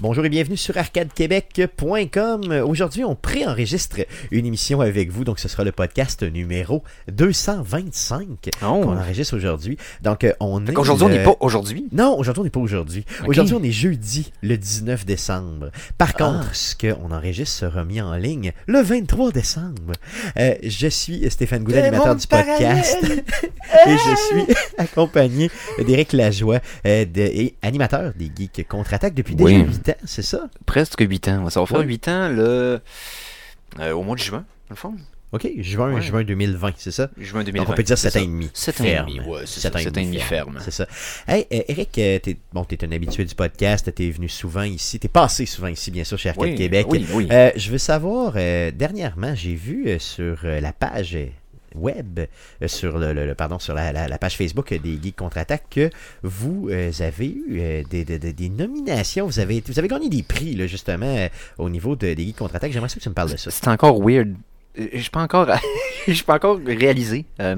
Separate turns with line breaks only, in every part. Bonjour et bienvenue sur arcadequebec.com. Aujourd'hui, on préenregistre une émission avec vous, donc ce sera le podcast numéro 225
Oh.
qu'on enregistre aujourd'hui. Donc euh, on est
Aujourd'hui, on
euh,
n'est pas aujourd'hui.
Non, aujourd'hui on n'est pas aujourd'hui.
Ok. Ah.
Aujourd'hui on est jeudi, le 19 décembre. Par contre, ce qu'on enregistre sera mis en ligne le 23 décembre. Euh, je suis Stéphane Goulet,
Le
animateur
monde
du podcast. et je suis accompagné d'Éric Lajoie, euh, de- et animateur des Geeks Contre-Attaque depuis déjà
Oui.
8 ans, c'est ça?
Presque 8 ans. Ça va faire
Ouais.
8 ans le... euh, au mois de juin, dans le fond.
OK, juin,
Ouais.
juin 2020, c'est ça?
Juin 2020.
Donc on peut dire
c'est
7 ans
ça.
et demi.
Sept ans et
ferme.
demi, ouais, c'est
Sept
ça,
ans et
sept ans et
demi
demi ferme.
C'est ça. Hey, euh, Eric, euh, t'es bon, t'es un habitué du podcast, t'es venu souvent ici, t'es passé souvent ici, bien sûr, chez Arcade
Oui,
Québec.
Oui, oui.
Euh, je veux savoir, euh, dernièrement, j'ai vu euh, sur euh, la page euh, web, euh, sur le, le- le- pardon, sur la, la- la page Facebook euh, des Geeks Contre-Attaque, que vous euh, avez eu euh, des, des- des- des nominations, vous avez, vous avez gagné des prix, là, justement, euh, au niveau de- des Geeks Contre-Attaque. J'aimerais ça que tu me parles de ça.
C'est encore weird. Euh, Je pas encore, je pas encore réalisé. Euh,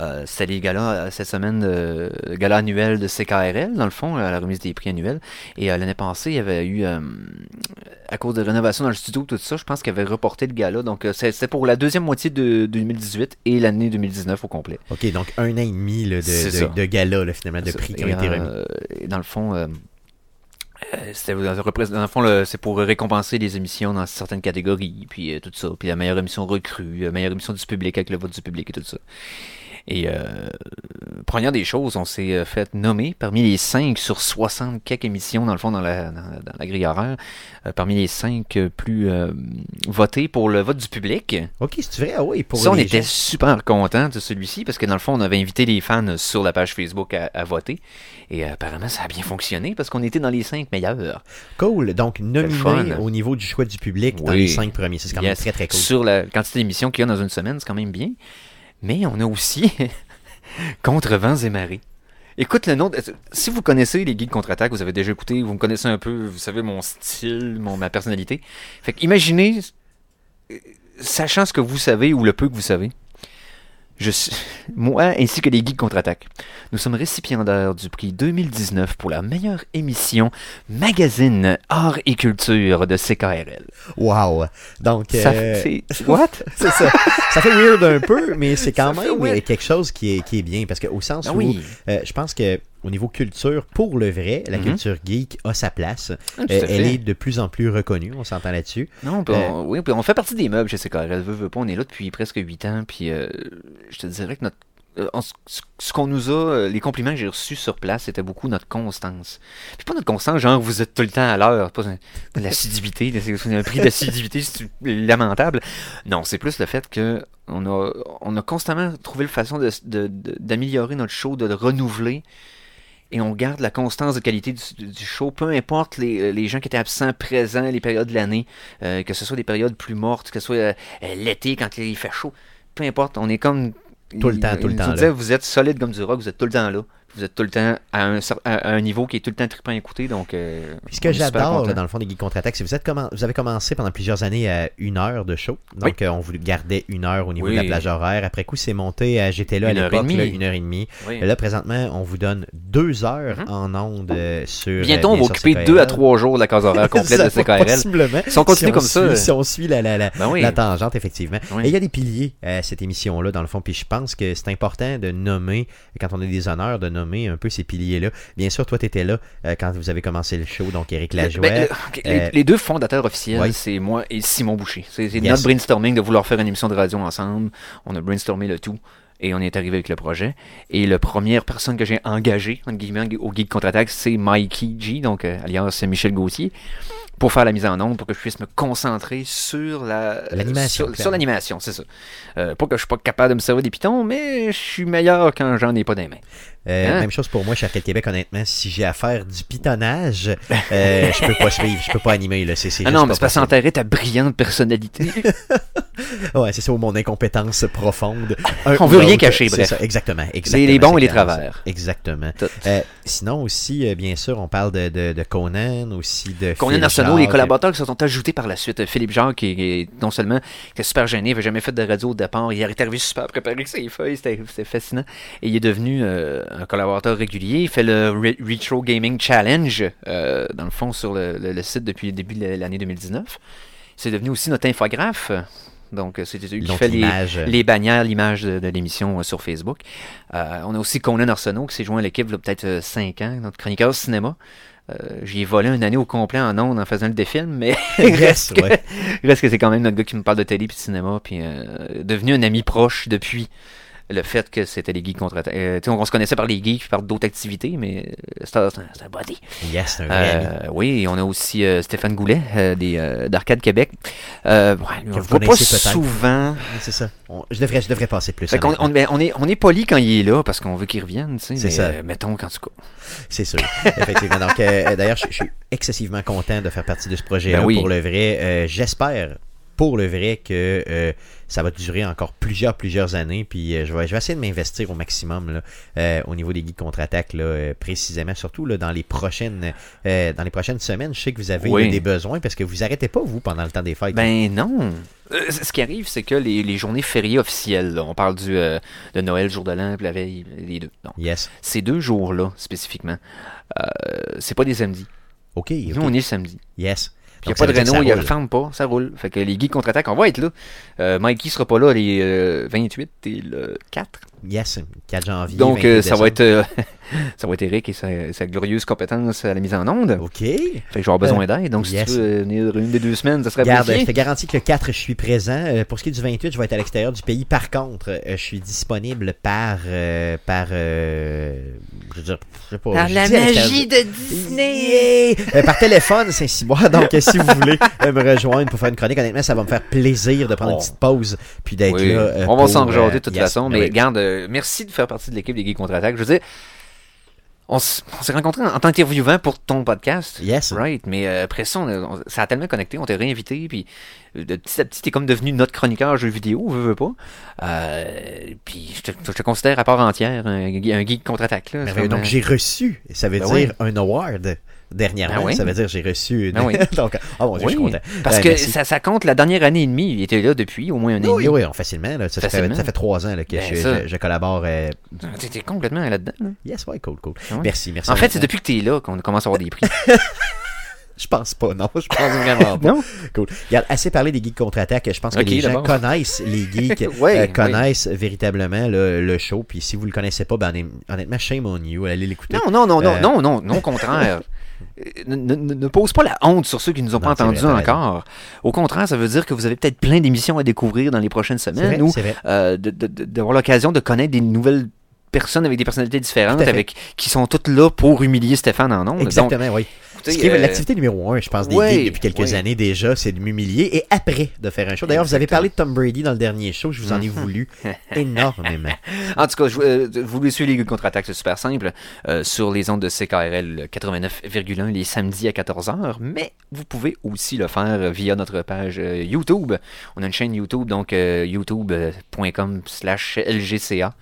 euh, C'était les galas euh, cette semaine, euh, gala annuel de CKRL dans le fond, euh, la remise des prix annuels. Et euh, l'année passée, il y avait eu, euh, à cause des rénovations dans le studio, tout ça, je pense qu'il avait reporté le gala. Donc euh, c'est- c'était pour la deuxième moitié de 2018 et l'année 2019 au complet.
OK, donc un an et demi là,
C'est
de,
ça.
de, de gala, là, finalement, de
Ça,
prix qui
et,
ont été
euh,
remis.
et dans le fond, euh, euh, c'était- dans le représ- dans le fond, le- c'est pour récompenser les émissions dans certaines catégories, puis euh, tout ça, puis la meilleure émission recrue, la meilleure émission du public avec le vote du public et tout ça. Et euh, première des choses, on s'est euh, fait nommer parmi les 5 sur 60 quelques émissions, dans le fond, dans la, dans, la- dans la grille horaire, euh, parmi les 5 plus euh, votés pour le vote du public.
OK, c'est vrai, ah oui, pour
Ça, on
les
était
gens.
super contents de celui-ci parce que dans le fond, on avait invité les fans sur la page Facebook à, à voter. Et euh, apparemment, ça a bien fonctionné parce qu'on était dans les cinq meilleurs.
Cool, donc nominé
fun.
au niveau du choix du public dans
Oui.
les cinq premiers. C'est quand même
Yes.
très, très cool.
Sur la quantité d'émissions qu'il y a dans une semaine, c'est quand même bien. Mais on a aussi Contre Vents et Marées. Écoute le nom. de- Si vous connaissez les guides contre-attaque, vous avez déjà écouté, vous me connaissez un peu, vous savez mon style, mon, ma personnalité. Fait que imaginez, euh, sachant ce que vous savez ou le peu que vous savez, je suis- moi ainsi que les guides contre-attaque, nous sommes récipiendaires du prix 2019 pour la meilleure émission magazine Art et Culture de CKRL.
Wow! Donc,
Ça, Ben
euh,
c'est- What?
C'est ça. Ça fait weird un peu, mais c'est quand
Ça fait
même
weird.
quelque chose qui est, qui est bien. Parce que au sens
Ah
où
oui.
euh, je pense que au niveau culture, pour le vrai, la
Mhm.
culture geek a sa place.
Ah, tout
Euh,
à
elle
fait.
est de plus en plus reconnue, on s'entend là-dessus.
Non, puis on, oui, puis on fait partie des meubles chez CKRL. Veut, veut pas, on est là depuis presque 8 ans. Puis euh, je te dirais que notre. euh, on- ce ce qu'on nous a, euh, les compliments que j'ai reçus sur place, c'était beaucoup notre constance. Puis pas notre constance, genre vous êtes tout le temps à l'heure, pas un- pas de l'assiduité, c'est un prix d'assiduité c'est lamentable. Non, c'est plus le fait que on a, on a constamment trouvé le façon de- de- de- d'améliorer notre show, de le renouveler, et on garde la constance de qualité du, du show, peu importe les, euh, les gens qui étaient absents, présents, les périodes de l'année, euh, que ce soit des périodes plus mortes, que ce soit euh, euh, l'été quand il fait chaud, peu importe, on est comme...
Tout le temps, tout le
ils
temps,
nous
là.
disaient, vous êtes solide comme du rock, vous êtes tout le temps là. Vous êtes tout le temps à un, cer- à- à un niveau qui est tout le temps trippant à écouter, donc... euh,
Puis ce
on
que
est super
j'adore,
content.
là, dans le fond, des geeks contre-attaque, c'est que vous, êtes commen- vous avez commencé pendant plusieurs années à une heure de show. Donc, euh, on vous gardait une heure au niveau de la
Oui.
plage horaire. Après coup, c'est monté à j'étais là à
Une heure et
l'époque,
demie.
là, une heure et demie.
Oui.
Là, présentement, on vous donne deux heures
Mhm.
en onde euh, sur.
Bientôt, on va occuper deux
deux
à trois jours de la case horaire complète de
Ça,
CKRL.
Possiblement.
Si on continue
Si
comme ça,
suit-
euh,
Si on suit la, la, la,
Ben oui.
la tangente, effectivement.
Oui.
Et il y a des piliers à cette émission-là, dans le fond. Puis je pense que c'est important de nommer, quand on a des honneurs, de nommer un peu ces piliers-là. Bien sûr, toi, tu étais là euh, quand vous avez commencé le show, donc Eric Lajoie.
Ben, le- ok, les,
euh,
les deux fondateurs officiels,
ouais.
c'est moi et Simon Boucher. C'est c'est
Yes.
notre brainstorming de vouloir faire une émission de radio ensemble. On a brainstormé le tout et on est arrivé avec le projet. Et la première personne que j'ai engagée, entre guillemets, au guide contre-attaque, c'est Mikey G, donc euh, alias Michel Gauthier, pour faire la mise en onde, pour que je puisse me concentrer sur la
L'animation,
sur- sur,
clairement.
l'animation, c'est ça. Euh, pas que je suis pas capable de me servir des pitons, mais je suis meilleur quand j'en ai pas des mains.
Euh,
Hein?
Même chose pour moi, chez Arcade Québec, honnêtement, si j'ai à faire du pitonnage, euh, je peux pas suivre, je peux pas animer. Là. C'est, c'est
Ah
juste
non, mais c'est
pas
parce
possible.
que t'enterrer ta brillante personnalité.
Ouais, c'est ça, ou mon incompétence profonde.
On
ou
veut rien
l'autre,
cacher,
c'est
bref.
ça, exactement,
C'est
exactement.
les bons et les
c'est clairement ça.
travers.
Exactement.
Tout.
Euh, sinon aussi, euh, bien sûr, on parle de, de, de Conan, aussi de...
Combien
Phil
d'arsenaux, les
Jacques.
collaborateurs qui se sont ajoutés par la suite. Euh, Philippe Jean, qui est non seulement qui est super gêné, il n'avait jamais fait de radio au départ, il est arrivé super préparé avec ses feuilles, c'était c'était fascinant. Et il est devenu euh, un collaborateur régulier. Il fait le Re- Retro Gaming Challenge, euh, dans le fond, sur le, le- le site depuis le début de l'année 2019. C'est devenu aussi notre infographe. Donc, euh, c'est lui qui
Donc,
fait les,
l'image, euh,
les bannières, l'image de, de l'émission euh, sur Facebook. Euh, on a aussi Conan Arsenault qui s'est joint à l'équipe il y a peut-être 5 ans, notre chroniqueur cinéma. Euh, J'y ai volé une année au complet en ondes en faisant le défilm, mais reste, que,
ouais.
reste que c'est quand même notre gars qui me parle de télé et de cinéma, puis euh, devenu un ami proche depuis le fait que c'était les geeks contre... Euh, tu sais, on, on se connaissait par les geeks, par d'autres activités, mais euh, c'est un, c'est un- c'est un buddy.
Yes, c'est un vrai ami.
Euh, oui, et on a aussi euh, Stéphane Goulet euh, des, euh, d'Arcade Québec. Euh, ouais, on
vous
le voit pas
connaissez peut-être.
souvent.
C'est ça. On- je, devrais, je devrais passer plus.
Fait qu'on-
honnêtement.
on, ben, on est, on est poli quand il est là parce qu'on veut qu'il revienne, tu sais.
C'est
mais,
ça.
euh, mettons quand tu cas.
C'est sûr, effectivement. Donc, euh, d'ailleurs, je, je suis excessivement content de faire partie de ce projet-là
Ben oui.
pour le vrai. Euh, J'espère pour le vrai que euh, ça va durer encore plusieurs, plusieurs années. Puis euh, je, vais, je vais essayer de m'investir au maximum là, euh, au niveau des guides contre-attaque, là, euh, précisément, surtout là, dans, les prochaines, euh, dans les prochaines semaines. Je sais que vous avez
Oui.
là, des besoins parce que vous arrêtez pas, vous, pendant le temps des fêtes.
Ben non. Euh, c- ce qui arrive, c'est que les, les journées fériées officielles, là, on parle du euh, de Noël, jour de l'an, puis la veille, les deux. Non.
Yes.
Ces deux jours-là, spécifiquement, euh, c'est pas des samedis.
OK. ok.
Nous, on est le samedi.
Yes.
Il n'y a
Donc, ça
pas de
veut dire que
Renault,
ça
il ne
roule.
ferme pas, ça roule. Fait que les geeks contre-attaque, on va être là. Euh, Mikey sera pas là les euh, 28 et le 4.
Yes. 4 janvier.
Donc,
22
euh, ça,
décembre.
va être, euh, ça va être Eric et sa, sa glorieuse compétence à la mise en onde.
OK.
Fait que j'aurai besoin d'aide. Donc,
yes.
si tu veux euh, venir une des deux semaines, ça serait
Garde, je
apprécié.
te garantis que le 4, je suis présent. Euh, pour ce qui est du 28, je vais être à l'extérieur du pays. Par contre, euh, je suis disponible par. euh, par. euh, je veux dire, je sais pas. je dis à l'extérieur du-
de
Yeah! Euh, par téléphone, c'est si mois. Donc, euh, si vous voulez euh, me rejoindre pour faire une chronique, honnêtement, ça va me faire plaisir de prendre une
Oh.
petite pause puis d'être
Oui,
là. euh,
on va
pour,
s'en
euh,
rejaser de toute
yes.
façon, mais
Oui.
regarde, euh, merci de faire partie de l'équipe des Geeks Contre-Attaque. Je veux dire, on s- on s'est rencontrés en en tant qu'interviewant pour ton podcast.
Yes.
Right, mais euh, après ça, on a- on- ça a tellement connecté, on t'a réinvité, puis euh, de petit à petit, t'es comme devenu notre chroniqueur jeux vidéo, veux, veux pas. Euh, puis je te, je te considère à part entière un, ge- un geek contre-attaque. là. C'est
Merveilleux. Ben
vraiment-
Donc, j'ai reçu, ça veut
Ben
dire un award dernièrement.
Ben oui.
Ça veut dire j'ai reçu. une-
Ben oui.
donc, oh mon Dieu, je suis
Oui,
content.
Parce
Euh,
que
merci.
ça, ça compte la dernière année et demie, il était là depuis au moins un an et
Oui,
demi.
oui, on- facilement. là. Ça, ça fait-
Facilement.
ça fait trois ans là, que
Ben,
je,
ça.
je- je collabore. euh,
T'étais complètement là-dedans. là.
Yes, ouais, cool, cool.
Ah ouais.
Merci, merci.
En fait, c'est depuis que t'es là qu'on commence à avoir des prix.
Je pense pas, non. Je pense vraiment pas.
non?
Cool. Regarde, assez parlé des geeks contre-attaque. Je pense que
Ok,
les gens
d'abord.
connaissent les geeks,
Ouais,
euh,
ouais.
connaissent véritablement le, le show. Puis si vous le connaissez pas, ben, honnêtement, honnêtement, shame on you. Allez l'écouter.
Non, non, non, non,
Euh,
non, non, non, au contraire. Euh, Ne, ne- ne- ne pose pas la honte sur ceux qui ne nous ont pas
Non, c'est
entendus
vrai, t'as
encore. Au contraire, ça veut dire que vous avez peut-être plein d'émissions à découvrir dans les prochaines
C'est vrai,
semaines ou
c'est vrai.
euh, de- de- de- d'avoir l'occasion de connaître des nouvelles personnes avec des personnalités différentes,
Tout à fait.
avec qui sont toutes là pour humilier Stéphane en ondes. Donc,
Exactement, oui.
écoutez,
Ce qui est
euh,
l'activité numéro un, je pense, des
ouais,
geeks depuis quelques
ouais.
années déjà, c'est de m'humilier et après de faire un show. D'ailleurs, vous avez parlé de Tom Brady dans le dernier show. Je vous
Mhm.
en ai voulu énormément.
En tout cas, je, vous- euh, vous pouvez suivre les contre-attaques, c'est super simple, euh, sur les ondes de CKRL 89,1 les samedis à 14h, mais vous pouvez aussi le faire via notre page euh, YouTube. On a une chaîne YouTube, donc euh, youtube.com slash LGCA,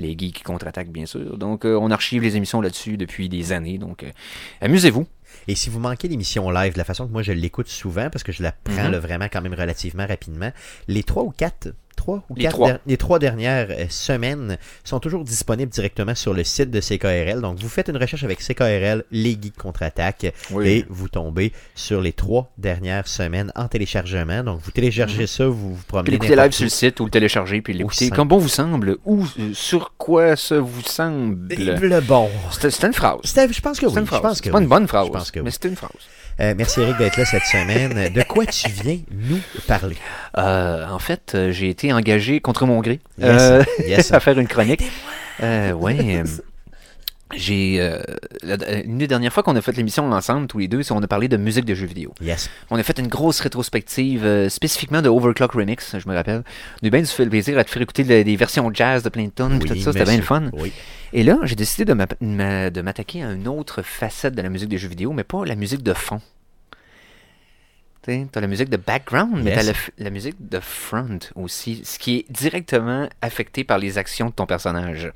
les geeks contre-attaques bien sûr. Donc euh, on archive les émissions là-dessus depuis des années, donc euh, amusez-vous.
Et si vous manquez l'émission live, de la façon que moi je l'écoute souvent, parce que je la prends
Mhm.
là, vraiment quand même relativement rapidement, les trois ou quatre. Trois ou
Les
quatre
trois.
der- les trois dernières euh, semaines sont toujours disponibles directement sur le site de CKRL. Donc, vous faites une recherche avec CKRL, les geeks contre-attaque,
Oui.
et vous tombez sur les trois dernières semaines en téléchargement. Donc, vous téléchargez ça, vous vous promenez.
Puis l'écouter live
n'importe
sur
où.
le site ou le télécharger, puis l'écouter
simple.
comme bon vous semble, ou euh, sur quoi ça vous semble.
Le bon.
C'était c'était une phrase.
C'était- Je pense que oui.
C'est une
Je
phrase.
pense que
C'est pas
oui.
une bonne phrase,
Je pense que
mais
oui.
c'était une phrase.
Euh, merci Eric d'être là cette semaine. De quoi tu viens nous parler?
Euh, en fait, euh, j'ai été engagé contre mon gré
Yes.
euh,
Yes.
à faire une chronique. Euh, ouais. euh, J'ai euh, la- euh, une des dernières fois qu'on a fait l'émission ensemble tous les deux, c'est on a parlé de musique de jeux vidéo.
Yes.
On a fait une grosse rétrospective euh, spécifiquement de Overclock Remix, je me rappelle. On a bien fait le plaisir à te faire écouter le- des versions jazz de plein de tonnes, puis
Oui,
tout ça, c'était bien le
monsieur.
fun.
Oui.
Et là, j'ai décidé de m'app- m'a- de m'attaquer à une autre facette de la musique des jeux vidéo, mais pas la musique de fond. Tu as la musique de background, mais
Yes.
tu as la musique de front aussi, ce qui est directement affecté par les actions de ton personnage.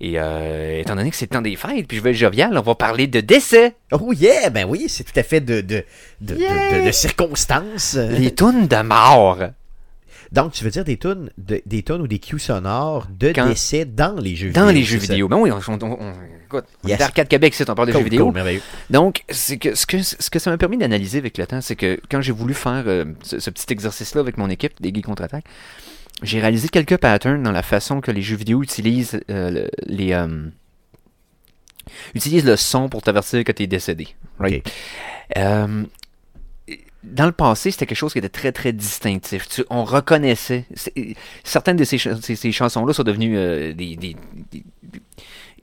Et euh, étant donné que c'est le temps des fêtes, puis je vais être jovial, on va parler de décès.
Oh yeah, ben oui, c'est tout à fait de, de, de, de-
Yeah!
de- de circonstances.
Les tunes de mort.
Donc, tu veux dire des tunes, de- des tunes ou des cues sonores de
Quand-
décès dans les jeux vidéo.
Dans les jeux
c'est ça?
vidéo. Ben oui, on, on, on- écoute, on est
Yes.
d'Arcade Québec, c'est on parle de
Cool,
jeux vidéo.
cool, merveilleux.
Donc, c'est que ce, que ce que ça m'a permis d'analyser avec le temps, c'est que quand j'ai voulu faire euh, ce, ce petit exercice-là avec mon équipe des Geeks Contre-Attaque, j'ai réalisé quelques patterns dans la façon que les jeux vidéo utilisent euh, le- les... euh, utilisent le son pour t'avertir que t'es décédé. Right.
Ok.
Euh, dans le passé, c'était quelque chose qui était très, très distinctif. Tu- on reconnaissait. c'est- Certaines de ces, ch- ces- ces chansons-là sont devenues euh, des, des- des-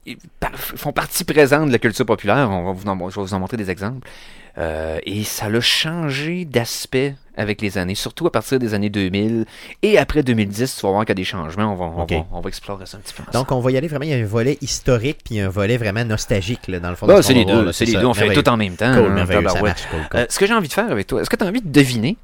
des- par- font partie présente de la culture populaire. On va vous en- je vais vous en montrer des exemples. Euh, et ça l'a changé d'aspect avec les années, surtout à partir des années 2000. Et après 2010, tu vas voir qu'il y a des changements. On va, on
Ok.
va- on va explorer ça un petit peu. ensemble.
Ah, Donc, on va y aller vraiment. Il y a un volet historique puis un volet vraiment nostalgique, là, dans le fond.
Bah,
de ce
c'est
qu'on
les
va voir,
deux,
là,
c'est les
ça.
deux, on fait
Merveilleux.
tout en même temps.
Cool,
hein,
merveilleux, ça
tabarouette.
marche. Cool, cool.
Euh, ce que j'ai envie de faire avec toi, est-ce que tu as envie de deviner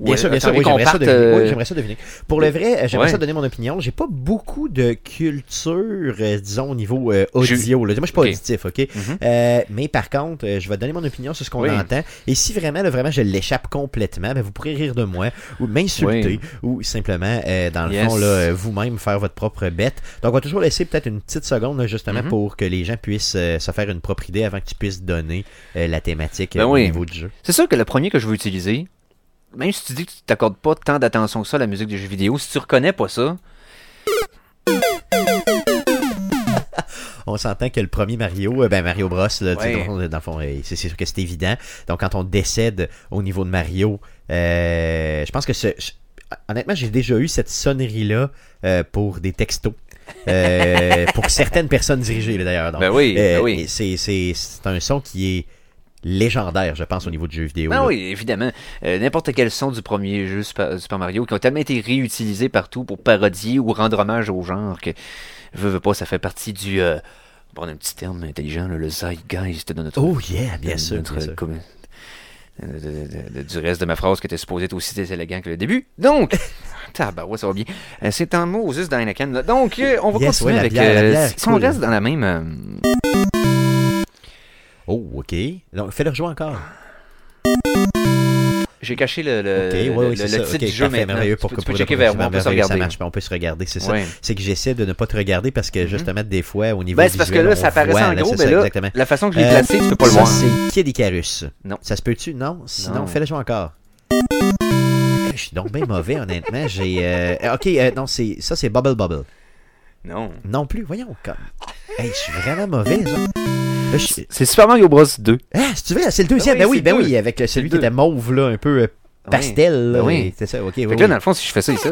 Ou,
Bien
euh,
sûr, bien sûr,
t'as envie
oui,
qu'on
j'aimerais ça
parte,
deviner.
euh,
Oui, j'aimerais ça deviner. Pour le vrai, euh, j'aimerais
Ouais.
ça donner mon opinion. J'ai pas beaucoup de culture, euh, disons, au niveau euh, audio. là. Moi, je suis pas
Ok.
auditif, OK?
Mhm.
Euh, mais par contre, euh, je vais donner mon opinion sur ce qu'on
Oui.
entend. Et si vraiment, là, vraiment, je l'échappe complètement, ben, vous pourrez rire de moi ou m'insulter ou simplement, euh, dans le
Yes.
fond, là, euh, vous-même faire votre propre bête. Donc, on va toujours laisser peut-être une petite seconde, là, justement,
Mhm.
pour que les gens puissent euh, se faire une propre idée avant que tu puisses donner euh, la thématique euh,
Ben
au
oui.
niveau du jeu.
C'est sûr que le premier que je veux utiliser, même si tu dis que tu t'accordes pas tant d'attention que ça à la musique des jeux vidéo, si tu reconnais pas ça,
On s'entend que le premier Mario, euh, ben Mario Bros, là, tu sais,
Ouais.
dans le fond, dans le fond, euh, c'est c'est sûr que c'est évident. Donc, quand on décède au niveau de Mario, euh, je pense que ce. je- Honnêtement, j'ai déjà eu cette sonnerie-là euh, pour des textos. Euh, pour certaines personnes dirigées, là, d'ailleurs. Donc,
ben oui,
euh,
ben oui.
et c'est- C'est c'est un son qui est légendaire, je pense, au niveau du jeu vidéo.
Ben
là.
oui, évidemment. Euh, N'importe quel son du premier jeu Super, Super Mario qui ont tellement été réutilisés partout pour parodier ou rendre hommage au genre que, veux, veux pas, ça fait partie du, euh, on va prendre un petit terme intelligent, là, le zeitgeist de notre
Oh yeah, bien
de
sûr.
Euh, notre
bien sûr.
com- de- de- de- de- Euh, du reste de ma phrase qui était supposée être aussi élégant que le début. Donc, tabarouette, ça va bien. Euh, c'est un mot juste dans Heineken, là. Donc, euh, on va
Yes,
continuer
ouais, la
avec.
bière, la
euh,
bière,
si
cool.
on reste dans la même. euh,
Oh, ok. Donc, fais-le rejouer encore.
j'ai caché le, le,
Ok,
Euh, le-
oui,
le-
oui, c'est
le
ça.
titre
Ok,
du jeu
parfait,
maintenant.
merveilleux
Tu
pour
peux,
que
tu peux
pour
checker
le
vers
prochain,
moi, on peut se
merveilleux,
regarder.
Ça marche, mais on peut se regarder, c'est ça.
Ouais.
C'est que j'essaie de ne pas te regarder parce que
Mhm.
justement, des fois, au niveau
Ben, c'est parce que
visuel,
là,
on
ça apparaissait
voit,
en
là,
gros,
c'est
mais
ça,
là,
exactement.
la façon que je l'ai
Euh,
placé, tu peux pas le
ça,
voir.
c'est Kid Icarus.
Non.
Ça se peut-tu? Non? Sinon,
Non.
fais-le jouer encore. Je suis donc bien mauvais, honnêtement. J'ai. euh, Ok, euh, non, c'est ça, c'est Bubble Bubble.
Non.
Non plus, voyons. Comme... Hey, je suis vraiment mauvais, ça. Là, je-
C'est Super Mario Bros 2.
Ah, si tu veux, c'est le deuxième. Ben
Ah oui,
oui,
c'est
ben
deux.
oui, avec euh, celui
le
qui
deux.
était mauve, là, un peu euh, pastel. là,
Ben oui.
et- C'est ça, ok. oui,
Fait que
oui.
là, dans le fond, si je fais ça ici,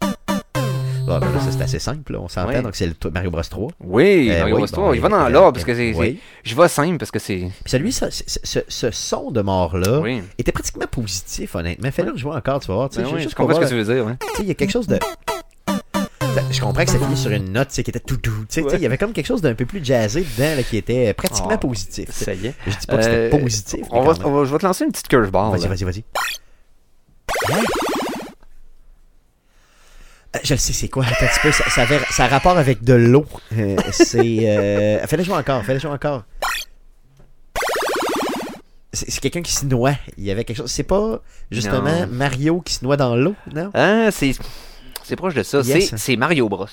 Bon, ben là, ça, c'est assez simple, là, on s'entend.
Ah. Ouais.
Donc, c'est le t- Mario Bros 3.
oui,
Euh,
Mario
oui,
Bros
bon,
3, il va
euh,
dans
euh,
l'ordre parce que c'est.
oui.
c'est- Je vais simple parce que c'est.
Puis celui, ça, c- c- ce, ce son de mort-là
Oui.
était pratiquement positif, honnêtement. Fais-le jouer encore, tu vas voir. Tu sais,
Ben
je-
oui,
juste
je
pour
comprends ce que
voir,
tu veux dire. hein. ouais.
tu sais, il y a quelque chose de. Ça- Je comprends que ça finit sur une note tu sais, qui était tout doux. tu sais, tu sais,
Ouais.
Il y avait comme quelque chose d'un peu plus jazzé dedans là, qui était pratiquement
Oh,
positif. tu sais.
y est.
Je dis pas que c'était
Euh,
positif.
On
mais
va,
quand même.
on va- je vais te lancer une petite curveball.
Vas-y,
Oh là.
vas-y, vas-y. Hein? Euh, Je le sais, c'est quoi? Attends un petit peu, ça, ça, avait- ça a rapport avec de l'eau. Euh, c'est. Euh... Fais-le jouer encore, fais-le jouer encore. C'est c'est quelqu'un qui se noie. Il y avait quelque chose. C'est pas justement
Non.
Mario qui se noie dans l'eau, non?
Ah, c'est, c'est proche de ça.
Yes.
C'est, c'est Mario Bros.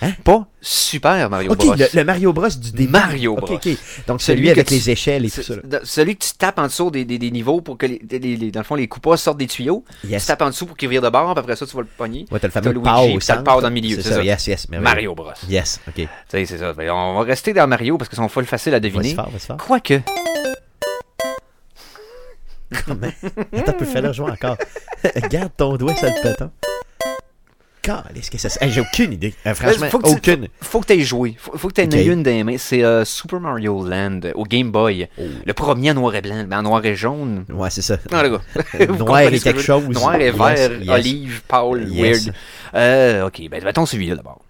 Hein?
Pas Super Mario
Ok,
Bros.
le, le Mario Bros du début.
Mario
Ok,
Bros.
ok. Donc celui,
Celui que
avec
tu-
les échelles et
Ce-
tout ça. là.
de- celui que tu tapes en dessous des, des- des niveaux pour que, les, les- les- dans le fond, les coupas sortent des tuyaux.
Yes.
Tu tapes en dessous pour qu'ils virent de bord, puis après ça, tu vas le pogner.
Ouais, t'as le fameux
Luigi,
pas
puis
au
t'as le
centre.
pas dans le milieu, c'est ça.
Yes, yes, merveilleux.
Mario Bros. Tu
Yes, ok.
sais, c'est ça. Fait, On va rester dans Mario parce que c'est pas le facile à
Vas-y
deviner.
fort, vas-y fort.
Quoique.
Comment? Attends, peux faire le jouer encore. Garde ton doigt sur le péton. Qu'est-ce que ça c'est? Hey, J'ai aucune idée. Euh, franchement,
Faut que tu-
aucune.
Faut que t'aies joué. Faut, faut que t'aies
Ok.
aies une des mains. C'est euh, Super Mario Land euh, au Game Boy.
Oh.
Le premier en noir et blanc, mais en noir et jaune.
Ouais, c'est ça.
Non, le gars. Vous
Euh, Noir et
comprenez ce que
quelque
je veux dire?
chose.
Noir et
Yes,
vert,
yes.
olive, pâle,
Yes.
weird. Euh, ok, ben mettons celui-là d'abord.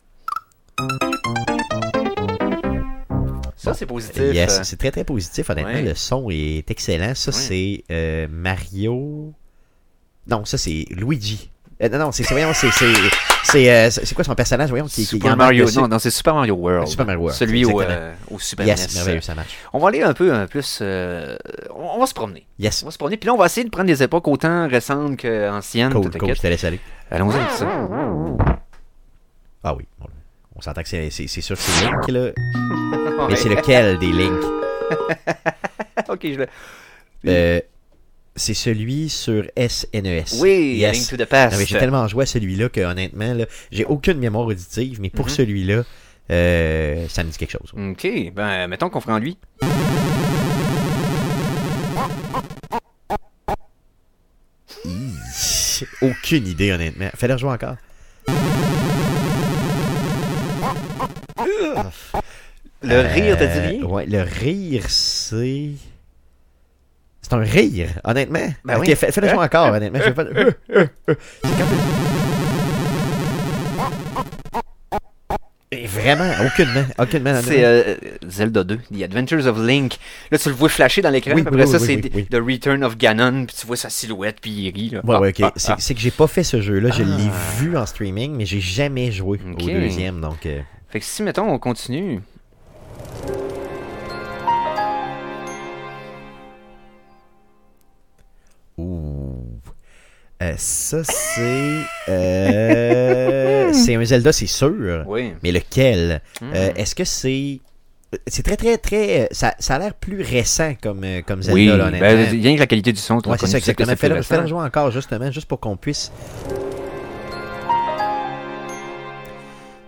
Ça, c'est positif.
Yes,
Euh,
c'est très très positif. Honnêtement,
Ouais.
le son est excellent. Ça, c'est euh, Mario. Non, ça, c'est Luigi. Euh, non, non, c'est c'est- voyons, c'est- c'est- c'est, euh, c'est- c'est quoi son personnage Voyons, qui, qui- il en
Super
manque
Mario,
dessus.
non, non, c'est Super Mario World.
Super Mario World,
Celui au,
exactement.
euh, au Super
Yes,
NES.
merveilleux, ça marche.
On va aller un peu euh, plus. euh, on, on va se promener.
Yes,
On va se promener. Puis là, on va essayer de prendre des époques autant récentes qu'anciennes.
cool,
toute la
cool, je
quête.
te laisse aller.
Allons-y avec ça.
Ah oui, bon, on s'entend que c'est c'est- c'est sûr que c'est Link, là. Mais
Ouais.
c'est lequel des Link
ok, je le.
Euh, C'est celui sur SNES.
Oui,
Yes.
Link to the
Ah
Past.
oui, j'ai tellement joué à celui-là que honnêtement, là, j'ai aucune mémoire auditive, mais pour
Mhm.
celui-là, euh, ça me dit quelque chose.
Ok, ben, mettons qu'on fera en lui.
Hi. aucune idée, honnêtement. Fais-le jouer encore.
Le rire, t'as dit
Euh,
rien?
Ouais, le rire, c'est. C'est un rire, honnêtement.
Ben
ok,
oui.
fais- fais-le jouer encore, honnêtement. Je fais pas le- C'est quand- Et Vraiment, aucunement, aucunement. honnêtement.
C'est euh, Zelda 2, The Adventures of Link. Là, tu le vois flasher dans l'écran,
Oui,
puis
oui,
après
oui,
ça,
oui,
c'est
oui, oui.
The Return of Ganon, puis tu vois sa silhouette, puis il rit. Là.
Ouais,
Ah,
ouais, ok.
ah,
c'est
ah.
c'est que j'ai pas fait ce jeu-là. Je l'ai
Ah.
vu en streaming, mais j'ai jamais joué
Ok.
au deuxième. Donc, euh,
Fait que si, mettons, on continue.
ouh. Euh, ça, c'est. euh, c'est un Zelda, c'est sûr.
Oui.
Mais lequel
Hmm.
Euh, Est-ce que c'est. C'est très, très, très. euh, Ça, ça a l'air plus récent comme, euh, comme Zelda,
oui,
là,
ben,
honnêtement.
rien que la qualité du son, tu
Ouais, c'est
reconnais
ça,
tout de suite que
exactement.
c'est
Fais-le
plus
fais-le
récent.
jouer encore, justement, juste pour qu'on puisse.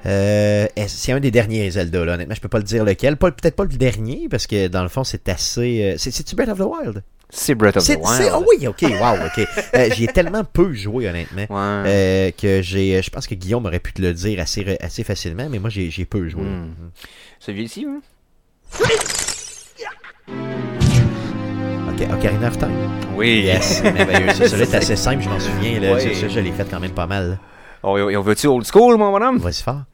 Euh, est-ce- c'est un des derniers Zelda, là, honnêtement. Je peux pas le dire lequel. Pas- Peut-être pas le dernier, parce que dans le fond, c'est assez. euh, c'est- C'est-tu Breath of the Wild?
C'est Breath of the
C'est- c'est-
Wild.
Ah oui, ok, wow, ok. Euh, J'y ai tellement peu joué, honnêtement.
Ouais.
euh, que j'ai. Je pense que Guillaume aurait pu te le dire assez, re- assez facilement, mais moi, j'ai j'ai peu joué.
Hmm. Celui-ci, hein?
Ok, Ocarina of Time.
Oui.
Yes, merveilleux. Ça, celui-là est assez simple, je m'en souviens. Là,
Ouais.
Ça, ça, je l'ai fait quand même pas mal. là.
On, Oh, on veut-tu old school, mon bonhomme?
Vas-y fort.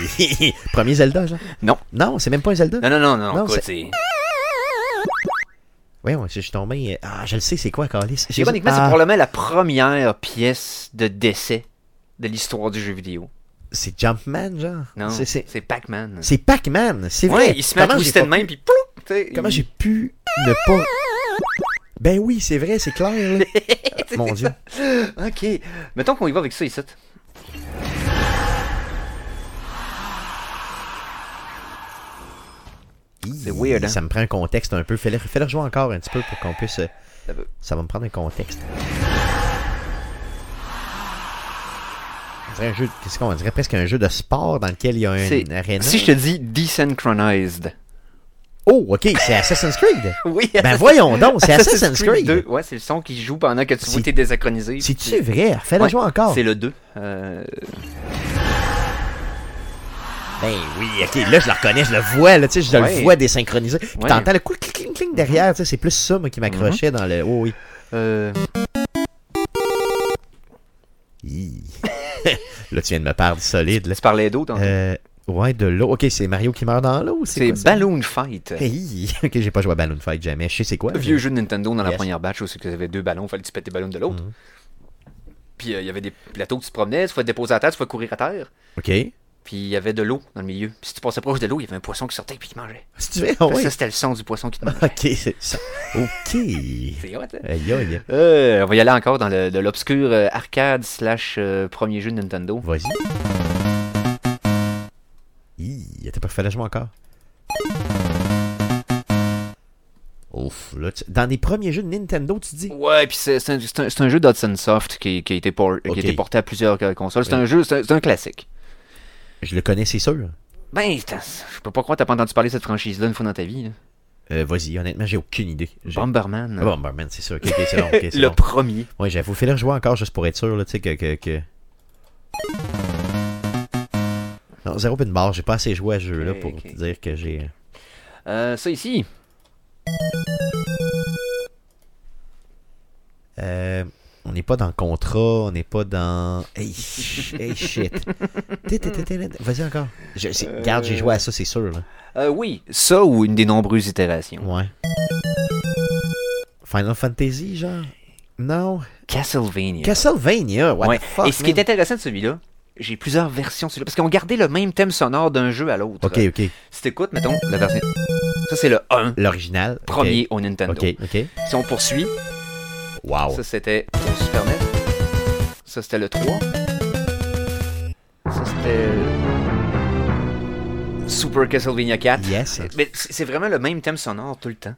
Premier Zelda, genre?
Non.
Non, c'est même pas un Zelda.
Non, non, non, non.
Non,
écoute,
c'est-
c'est...
Voyons, je suis tombé. Ah, je le sais, c'est quoi, Ah, Calis?
Ironiquement, c'est probablement la première pièce de décès de l'histoire du jeu vidéo.
C'est Jumpman, genre?
Non,
C'est- C'est
c'est Pac-Man.
c'est Pac-Man, c'est
Ouais,
vrai.
il se met à
Comment j'ai
twister de
pas-
même, puis plouf! tu sais,
Comment
il-
j'ai pu ne pas. Ben oui, c'est vrai, c'est clair, là.
C'est
Mon Dieu.
ça. Ok. Mettons qu'on y va avec ça ici. C'est weird, hein?
Ça me prend un contexte un peu. Fais-le fais-le rejouer encore un petit peu pour qu'on puisse. euh,
Ça veut-
Ça va me prendre un contexte. On dirait un jeu. Qu'est-ce qu'on on dirait presque un jeu de sport dans lequel il y a un
C'est-
arena.
Si je te dis desynchronized.
Oh, ok, c'est Assassin's Creed.
Oui.
ben voyons donc, c'est Assassin's Creed.
2. Ouais, c'est le son qui joue pendant que tu vois
C'est-
que t'es désynchronisé.
C'est-tu vrai? Fais-le
Ouais,
jouer encore.
C'est le 2. Euh,
Ben oui, ok, là je le reconnais, je le vois, là, tu sais, je
Ouais.
le vois désynchronisé. Puis
Ouais. Mhm.
t'entends le coup cling cling cling derrière, tu sais, c'est plus ça moi qui m'accrochait dans le. Oh oui.
euh,
Hi. là tu viens de me perdre solide là.
tu parlais d'eau tantôt.
Euh, ouais, de l'eau. Ok, c'est Mario qui meurt dans l'eau.
c'est
quoi ça?
Balloon Fight.
Hi. Ok, j'ai pas joué à Balloon Fight jamais. Je sais c'est quoi. mais-
Vieux jeu de Nintendo dans la
Yes.
première batch où c'est que tu avais deux ballons, fallait que tu pètes tes ballons de l'autre.
Mhm.
Puis euh, il y avait des plateaux que tu te promenais, tu pouvais te déposer à terre, tu pouvais courir à terre.
Ok.
Puis il y avait de l'eau dans le milieu. Puis si tu passais proche de l'eau, il y avait un poisson qui sortait et qui te mangeait.
Si tu veux, ah
Fait que
ouais.
Ça, c'était le son du poisson qui te mangeait.
Ok, c'est ça. Ok.
C'est hot, hein?
Aïe aïe.
Euh, on va y aller encore dans le- de l'obscur euh, arcade slash euh, premier jeu de Nintendo.
Vas-y. Hi. T'as pas fait le jeu encore. Ouf, là, tu- dans les premiers jeux de Nintendo, tu dis.
Ouais, puis c'est c'est un, c'est un- c'est un jeu d'Hudson Soft qui, qui a été por- qui a
Ok.
été porté à plusieurs euh, consoles. C'est
Oui.
un jeu, c'est un, c'est un classique.
Je le connais, c'est sûr.
Ben, t'as- je peux pas croire que t'as pas entendu parler de cette franchise-là une fois dans ta vie. là.
Euh, Vas-y, honnêtement, j'ai aucune idée. J'ai-
Bomberman.
Ah, Bomberman, c'est sûr. Ok, ok, c'est bon. ok, c'est
le
bon.
premier.
Ouais, j'avoue, fais-le rejouer encore juste pour être sûr, là, tu sais, que, que, que- Non, zéro pis une barre, j'ai pas assez joué à ce jeu-là
Ok,
pour
ok.
te dire que j'ai...
Euh, ça ici.
Euh, on n'est pas dans le contrat, on n'est pas dans. Hey, hey shit. Vas-y encore. Je, c'est- Regarde, j'ai joué à ça, c'est sûr. Là.
Euh, oui, ça ou une des nombreuses itérations.
Ouais. Final Fantasy, genre Non.
Castlevania.
Castlevania, what
Ouais.
the fuck.
Et ce qui est
man?
intéressant de celui-là, j'ai plusieurs versions de celui-là. Parce qu'on gardait le même thème sonore d'un jeu à l'autre.
Ok, ok.
Si t'écoutes, mettons, la version. Ça, c'est le 1,
L'original. ok.
premier au Nintendo.
Ok, Oh. ok.
Si on poursuit,
Wow.
ça c'était au Super NES. Ça c'était le 3. Ça c'était. Super Castlevania 4.
Yes.
Mais c'est c'est vraiment le même thème sonore tout le temps.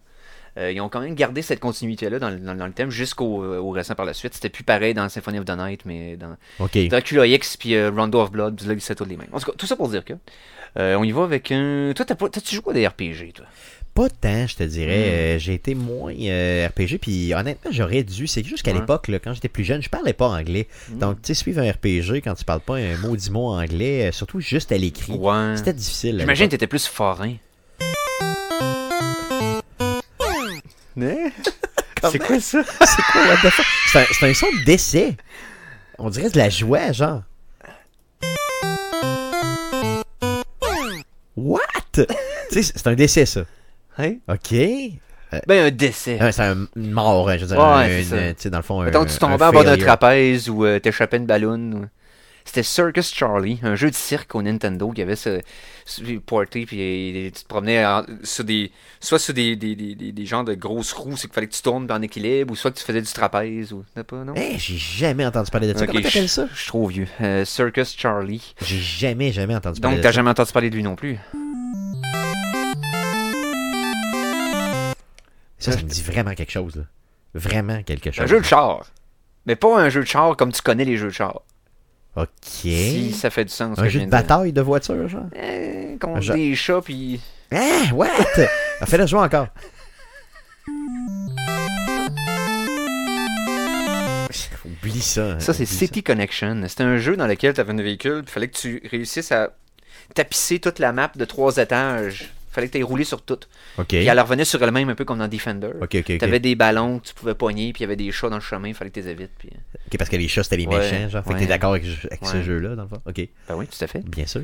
Euh, ils ont quand même gardé cette continuité-là dans, le- dans le- dans le thème jusqu'au euh, au récent par la suite. C'était plus pareil dans Symphony of the Night, mais dans
Ok.
Dracula X puis euh, Rondo of Blood, puis là, c'est tous les mêmes. En tout cas, tout ça pour dire que. euh, on y va avec un. Toi, t'as pas- t'as- tu joues à des RPG, toi
Pas tant, je te
Hmm.
dirais. Euh, j'ai été moins euh, RPG, puis honnêtement, j'aurais dû. C'est juste qu'à
Ouais. Hmm.
l'époque, là, quand j'étais plus jeune, je parlais pas anglais. Donc, tu sais, suivre un RPG quand tu parles pas un mot dix mots anglais, euh, surtout juste à l'écrit,
Ouais.
c'était difficile. à
J'imagine
l'époque.
que t'étais plus forain. C'est quoi ça?
Hein? C'est quoi, what the fuck? C'est un, c'est un son de décès. On dirait de la joie, genre. What? tu sais, c'est un décès, ça. OK.
Ben, un décès.
Euh, C'est un une mort, hein, je veux dire.
Ouais,
un-
c'est ça.
une- tu sais, dans le fond, un.
Mettons, tu
un
tombais en bas d'un
failure.
trapèze ou euh, t'échappais une ballon. ou- C'était Circus Charlie, un jeu de cirque au Nintendo qui avait ce, ce porté, puis euh, tu te promenais en- sur des, soit sur des, des, des, des, des genres de grosses roues, c'est qu'il fallait que tu tournes en équilibre, ou soit que tu faisais du trapèze, ou t'as pas, non?
Hey, Eh, j'ai jamais entendu parler de ça.
Ok,
Comment t'appelles
je-
ça?
Je suis trop vieux. Euh, Circus Charlie.
J'ai jamais, jamais entendu parler
Donc,
de
t'as
ça.
jamais entendu parler de lui non plus.
Ça, ça me dit vraiment quelque chose, là. Vraiment quelque
C'est un
chose.
jeu de char. Mais pas un jeu de char comme tu connais les jeux de char.
OK.
Si ça fait du sens. ce
un
que je
jeu
viens
de
de dire.
bataille de voiture, genre.
Euh,
Un
Contre
jeu-
des chats, puis.
Hein? What? Ah, Fais-le jouer encore. Oublie Euh, ça. hein,
Ça, c'est
oublie
City Connection. C'était un jeu dans lequel tu avais un véhicule, il fallait que tu réussisses à tapisser toute la map de trois étages. fallait que tu aies roulé sur toutes.
OK.
Puis elle revenait sur elle-même, un peu comme dans Defender.
OK, OK,
Tu avais
OK.
des ballons que tu pouvais pogner, puis il y avait des chats dans le chemin, il fallait que tu les évites. Puis... euh,
OK, parce que les chats, c'était les
Ouais,
méchants, genre. Fait que
ouais.
t'es d'accord avec, avec ce
Ouais.
jeu-là, dans le fond? OK.
Ben oui, tout à fait.
Bien sûr.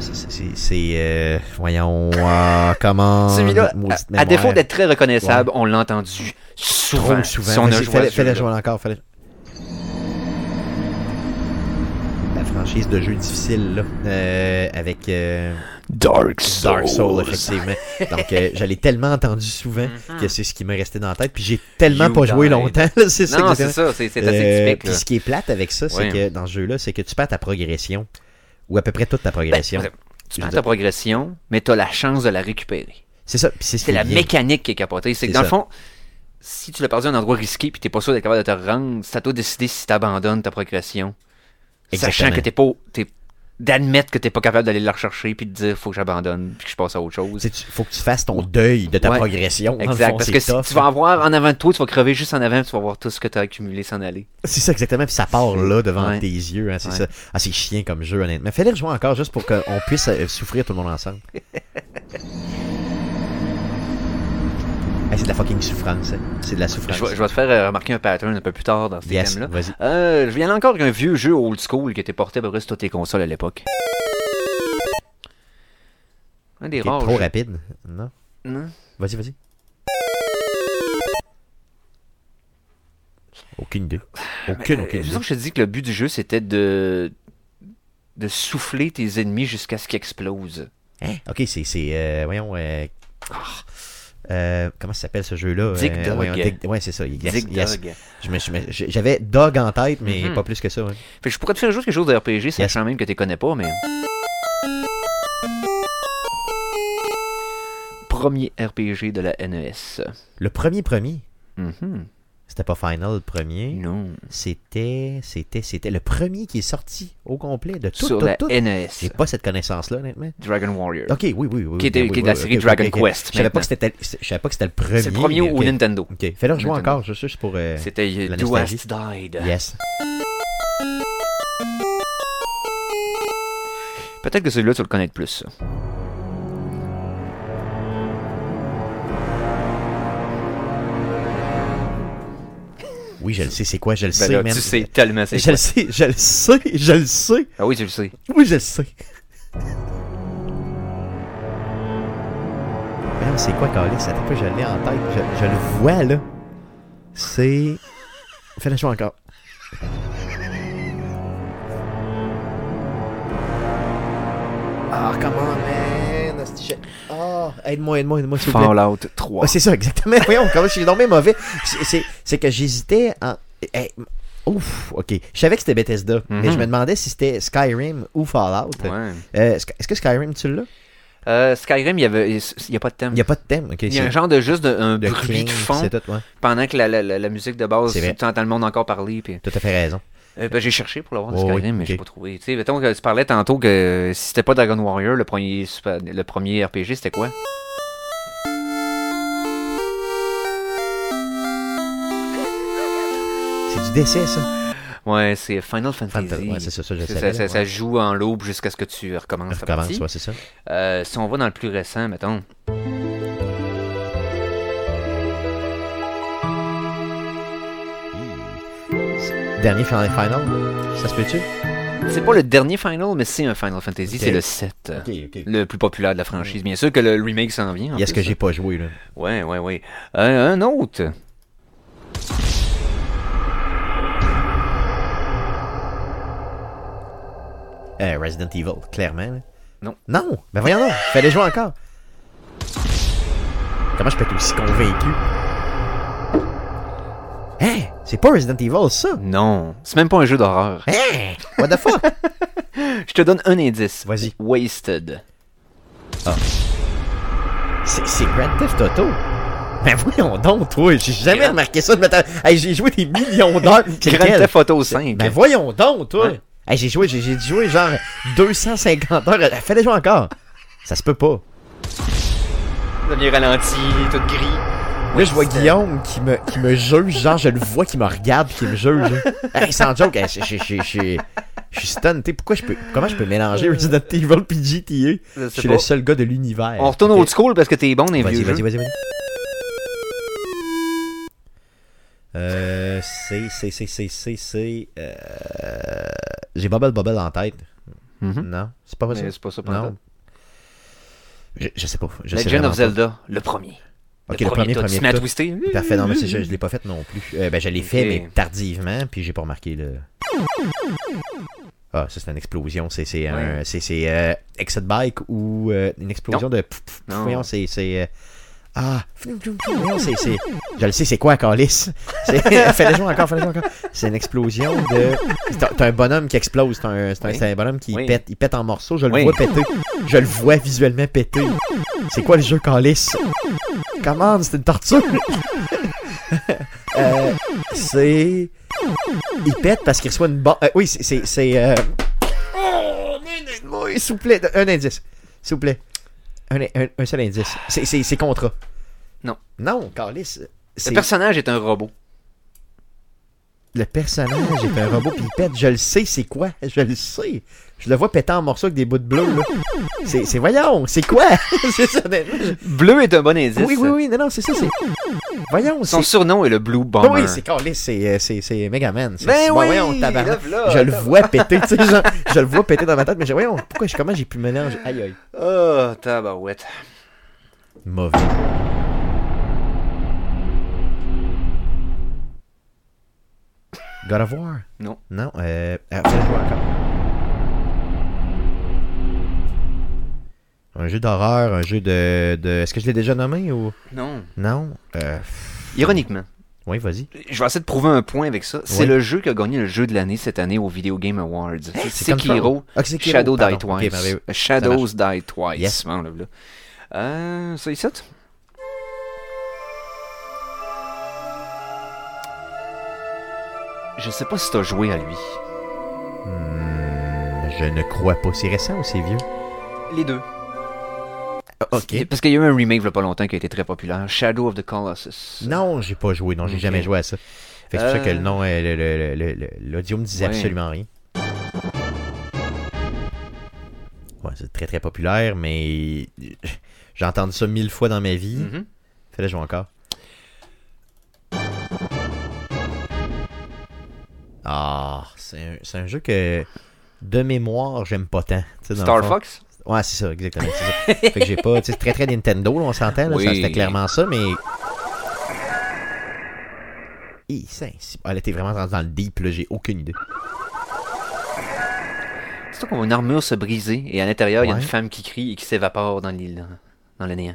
C'est- c'est- c'est- C'est. euh, voyons. ah, comment.
Celui-là,
maudite
à, à
mémoire.
défaut d'être très reconnaissable, on l'a entendu souvent.
Trop souvent.
Si on a
Vas-y,
joué à
fais-le-
ce
Fais-le
jeu-là.
jouer encore. Fais-le... La franchise de jeux difficiles, là. euh, avec euh,
Dark
Dark Souls, effectivement. Donc, euh, j'allais tellement entendu souvent que c'est ce qui me restait dans la tête. Puis j'ai tellement
Mhm. You
pas joué
died.
longtemps. là, c'est ça,
Non,
exactement.
c'est ça, c'est c'est
Euh,
assez typique.
puis
là.
ce qui est plate avec ça, c'est
Ouais.
que dans ce jeu-là, c'est que tu perds ta progression. Ou à peu près toute ta
Ben,
progression.
tu prends ta progression, mais tu as la chance de la récupérer.
c'est ça. puis c'est ce
C'est
qui
la
est bien.
mécanique qui est capotée. C'est que
C'est
dans le
ça.
fond, si tu l'as perdu à un endroit risqué puis t'es pas sûr d'être capable de te rendre, c'est à toi de décider si t'abandonnes ta progression.
Exactement.
Sachant que t'es pas. t'es- d'admettre que t'es pas capable d'aller la rechercher puis de dire faut que j'abandonne puis que je passe à autre chose.
C'est- tu- Faut que tu fasses ton deuil de ta
Ouais.
progression. dans le
Exact.
fond,
Parce
c'est
que si
tough. hein.
tu vas avoir en avant de toi, tu vas crever juste en avant puis tu vas voir tout ce que t'as accumulé s'en aller.
C'est ça, exactement. Puis ça part là devant
Ouais.
tes yeux. hein, c'est
Ouais.
ça. Ah, c'est chien comme jeu, honnêtement. Fais-les rejouer encore juste pour qu'on puisse euh, souffrir tout le monde ensemble. Ah, c'est de la fucking souffrance. hein. C'est de la souffrance.
Je, vais- je vais te faire euh, remarquer un pattern un peu plus tard dans ces
Yes,
thèmes-là.
vas-y.
Euh, je viens encore avec un vieux jeu old school qui était porté à peu près sur toutes les consoles à l'époque. Un des
Ok,
rares.
trop
jeux-
rapide. Non.
Non?
Vas-y, vas-y. Aucune idée. Aucune,
Euh,
aucune idée.
disons que je te dis que le but du jeu, c'était de de souffler tes ennemis jusqu'à ce qu'ils explosent.
Hein? Ok, c'est. c'est, euh, voyons. euh, ah, euh, comment ça s'appelle ce jeu-là
Dig
Euh,
Dug.
voyons, ouais, c'est ça. yes,
Dig
yes.
Dug.
Je me- je me- je- J'avais Dog en tête, mais
Mhm.
pas plus que ça. ouais.
Fait que je pourrais te faire juste quelque chose de RPG, sachant même que tu connais pas, mais... Premier RPG de la NES.
Le premier premier,
Mhm.
c'était pas Final le premier.
Non.
C'était, c'était, c'était le premier qui est sorti au complet de tout,
Sur
tout,
la E
tout.
NES.
J'ai pas cette connaissance-là, honnêtement.
Dragon Warrior.
Euh, Ok, oui, oui, oui. oui,
Qui était-
oui,
qui est
oui,
de la
oui,
série
ok,
Dragon
ok, ok.
Quest,
Je savais pas
maintenant.
que c'était, je savais pas que c'était le premier.
C'est le premier
mais
au
ok.
Nintendo.
Ok, fais-le rejouer
Nintendo.
encore, je suis juste pour. euh,
C'était
la
Do
nostalgie.
Hast Died.
Yes.
Peut-être que celui-là, tu le connais de plus. ça.
Oui, je le sais, c'est quoi, je le
Ben
sais,
là,
man.
tu sais tellement c'est
Je
quoi.
le sais, je le sais, je le sais.
Ah oui, tu le sais.
Oui, je le sais. Ben, Man, c'est quoi, Carlis? Ça peu, je l'ai en tête. Je, je le vois, là. C'est. Fais-le jouer encore. Ah, comment, man? Asti, je- Ah, aide-moi, aide-moi, aide-moi, s'il vous plaît.
Fallout 3.
Ah, c'est ça, exactement. Voyons, comment je suis tombé mauvais. C'est- C'est c'est que j'hésitais en. eh, ouf, ok. Je savais que c'était Bethesda, mais
Mhm.
je me demandais si c'était Skyrim ou Fallout.
Ouais.
Euh, Sky- Est-ce que Skyrim, tu l'as
Euh, Skyrim, il y avait, il y a pas de thème.
Il n'y a pas de thème, ok.
Il y a
c'est
un genre de juste de, un
de
bruit de
cling,
fond
C'est tout, ouais.
pendant que la, la, la, la musique de base,
C'est vrai.
tu entends le monde encore parler. Puis,
Tout à fait raison.
Euh, ben, j'ai cherché pour l'avoir de
Oh, oui,
Skyrim, mais j'ai
ok.
pas trouvé. Tu sais, mettons que tu parlais tantôt que si c'était pas Dragon Warrior, le premier, super- le premier RPG, c'était quoi
C'est du décès, ça.
Ouais, c'est Final Fantasy.
Fantasy. Ouais, c'est ça, ça, je le
C'est-
savais,
ça, ça-
ouais.
ça joue en l'aube jusqu'à ce que tu recommences la
Recommence,
partie.
ouais, c'est ça.
Euh, si on va dans le plus récent, mettons.
Dernier Final, Final, ça se peut-tu
C'est pas le dernier Final, mais c'est un Final Fantasy,
Ok.
c'est le 7. euh,
Ok, ok.
Le plus populaire de la franchise. Bien sûr que le remake s'en vient. en
Il y a ce que
plus.
j'ai pas joué, là.
Ouais, ouais, ouais. Euh, un autre.
Euh, Resident Evil, clairement. là.
Non.
Non! Ben voyons donc, fallait jouer encore. Comment je peux être aussi convaincu? Hein? C'est pas Resident Evil, ça?
Non. C'est même pas un jeu d'horreur.
Hein? What the fuck?
Je te donne un indice.
Hein? Vas-y.
Wasted.
C'est c'est Grand Theft Auto. Ben voyons donc, toi, j'ai jamais
Grand-
remarqué ça de ma tête. Hey, j'ai joué des millions d'heures. C'est
Grand
lequel?
Theft Auto 5.
Ben voyons donc, toi.
Ouais.
Hey, j'ai joué, j'ai j'ai joué genre 250 heures. Euh, Fallait jouer encore. Ça se peut pas.
Ça devient ralenti, tout gris.
Là, je vois Guillaume qui me, qui me juge, genre, je le vois qui me regarde puis qui me juge. hey, sans joke, hey, je je- je- je- je suis stun, tu sais, pourquoi je peux, comment je peux mélanger Resident Evil puis GTA?
Je
Je
sais
suis
pas.
le seul gars de l'univers.
On retourne
Eh, Ok.
au school parce que t'es bon dans les
Vas-y,
vieux
vas-y,
jeux.
vas-y, vas-y. Euh, c'est, c'est, c'est, c'est, c'est, c'est. Euh... J'ai Bubble Bubble en tête.
Mhm.
Non, c'est pas
Mais
possible.
C'est pas ça. pendant.
Non. Je, je sais pas. Je sais
Legend
vraiment
of
pas.
Zelda, le premier.
Ok, le premier,
tout.
premier.
Tu mets à
tout.
twister.
Parfait, non, mais c'est- je, je l'ai pas fait non plus. Euh, ben, je l'ai fait,
Ok.
mais tardivement, puis j'ai pas remarqué le. Ah, ça c'est une explosion, c'est c'est un- c'est- c'est, euh, Exit Bike ou euh, une explosion de. pff, pff, pff,
Non.
Voyons, c'est. c'est, euh, Ah, flum, flum, flum, voyons, c'est. c'est- Je le sais, c'est quoi, Carlis Fais-le jouer encore, fais-le jouer encore. C'est une explosion de. T'as t'as un bonhomme qui explose, t'as un, c'est un,
Oui.
c'est un bonhomme qui
Oui.
pète, il pète en morceaux, je le
Oui.
vois péter. Je le vois visuellement péter. C'est quoi le jeu, Carlis Commande, c'est une torture euh, c'est. Il pète parce qu'il reçoit une bombe. oui, c'est- c'est. c'est euh... Oh, man, aide-moi, s'il vous plaît. Un indice. S'il vous plaît. Un, un- un seul indice. C'est- C'est c'est contrat.
Non.
Non, Carlis. c'est-
Le personnage est un robot.
Le personnage est un robot puis il pète. Je le sais, c'est quoi Je le sais. Je le vois péter en morceaux avec des bouts de bleu, là. C'est c'est- voyons, c'est quoi C'est ça, honnêtement, je-
Bleu est un bon indice.
Oui, oui, oui, non, non, c'est ça, c'est. Voyons, c'est.
Son surnom est le Blue
Non,
Bomber.
oui, c'est Carlis, c'est euh, c'est- c'est Megaman. C'est-
Ben
c'est-
oui,
voyons, tabarnak.
le voilà.
je le vois péter, tu sais, genre, je le vois péter dans ma tête, mais je, voyons, pourquoi, je- comment j'ai pu mélanger Aïe, aïe.
Oh, tabarouette.
Mauvais. God of War?
Non.
Non, euh... ah, fallait jouer encore. Un jeu d'horreur, un jeu de... de... Est-ce que je l'ai déjà nommé ou...
Non.
Non? Euh... pff,
Ironiquement,
Oui, vas-y.
je vais essayer de prouver un point avec ça. C'est
Oui.
le jeu qui a gagné le jeu de l'année cette année au Video Game Awards. C'est
comme
Sekiro.
Ah, c'est Sekiro,
Shadow Die
pardon. Ok, ben,
Twice.
merveilleux.
Shadows Die Twice.
Yes.
Bon, là, là. Euh, ça, ici? Je sais pas si t'as joué à lui.
Je ne crois pas. C'est récent ou c'est vieux?
Les deux. Ah,
Ok.
Parce qu'il y a eu un remake il y a pas longtemps qui a été très populaire. Shadow of the Colossus.
Non, j'ai pas joué. Non, j'ai
Ok.
jamais joué à ça. Fait que c'est pour ça que
Euh.
le nom, euh, le- le- le- le- l'audio me disait
Ouais.
absolument rien. Ouais, c'est très très populaire, mais j'ai entendu ça mille fois dans ma vie.
Mhm.
Fallait jouer encore. Ah, c'est un, c'est un jeu que de mémoire, j'aime pas tant. tu sais, dans le
Star
fond.
Fox
Ouais, c'est ça, exactement. c'est ça. fait que j'ai pas. tu sais, C'est très très Nintendo, là, on s'entend, là, ça,
Oui.
c'était clairement ça, mais. Hi, ça, c'est- Ah, là, t'es vraiment rendu dans le deep, là, j'ai aucune idée.
C'est qu'on voit une armure se briser et à l'intérieur, il y a
Ouais.
une femme qui crie et qui s'évapore dans l'île, dans- dans le néant.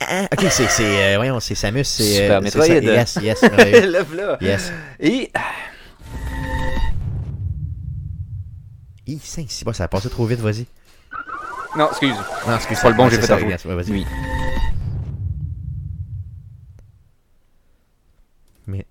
Ah, ok, c'est. c'est euh, voyons, c'est Samus. C'est, euh,
Super
c'est
Metroid.
ça, Yes, yes, merveilleux.
Le voilà.
yes.
Et
Hi, ça, c'est bon, ça a passé trop vite, vas-y.
non, excuse.
Non, excuse
Pas le bon,
Ouais,
j'ai
c'est
fait
ça,
un faux.
yes, ouais, vas-y.
Oui.
Mais-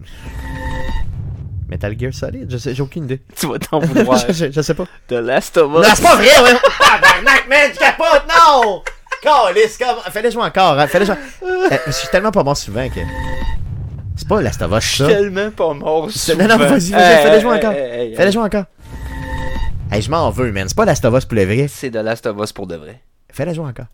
Metal Gear Solid, je sais, j'ai aucune idée.
Tu vas t'en vouloir.
je, je- je sais pas.
The Last of
Non,
Us.
c'est pas vrai, ouais. Tabarnak, man, je capote, non! Calisse, comme... Fallait jouer encore, hein, fallait jouer... Euh, je suis tellement pas bon souvent que... C'est pas Last of Us,
Je
ça.
suis tellement pas mort.
C'est- Non, non,
souvent.
vas-y, vas-y,
Hey,
fallait jouer
hey,
encore.
hey, hey,
Fallait
hey.
jouer encore. Hey, je m'en veux, man. C'est pas Last of Us pour le vrai.
C'est The Last of Us pour de vrai.
Fais-la jouer encore.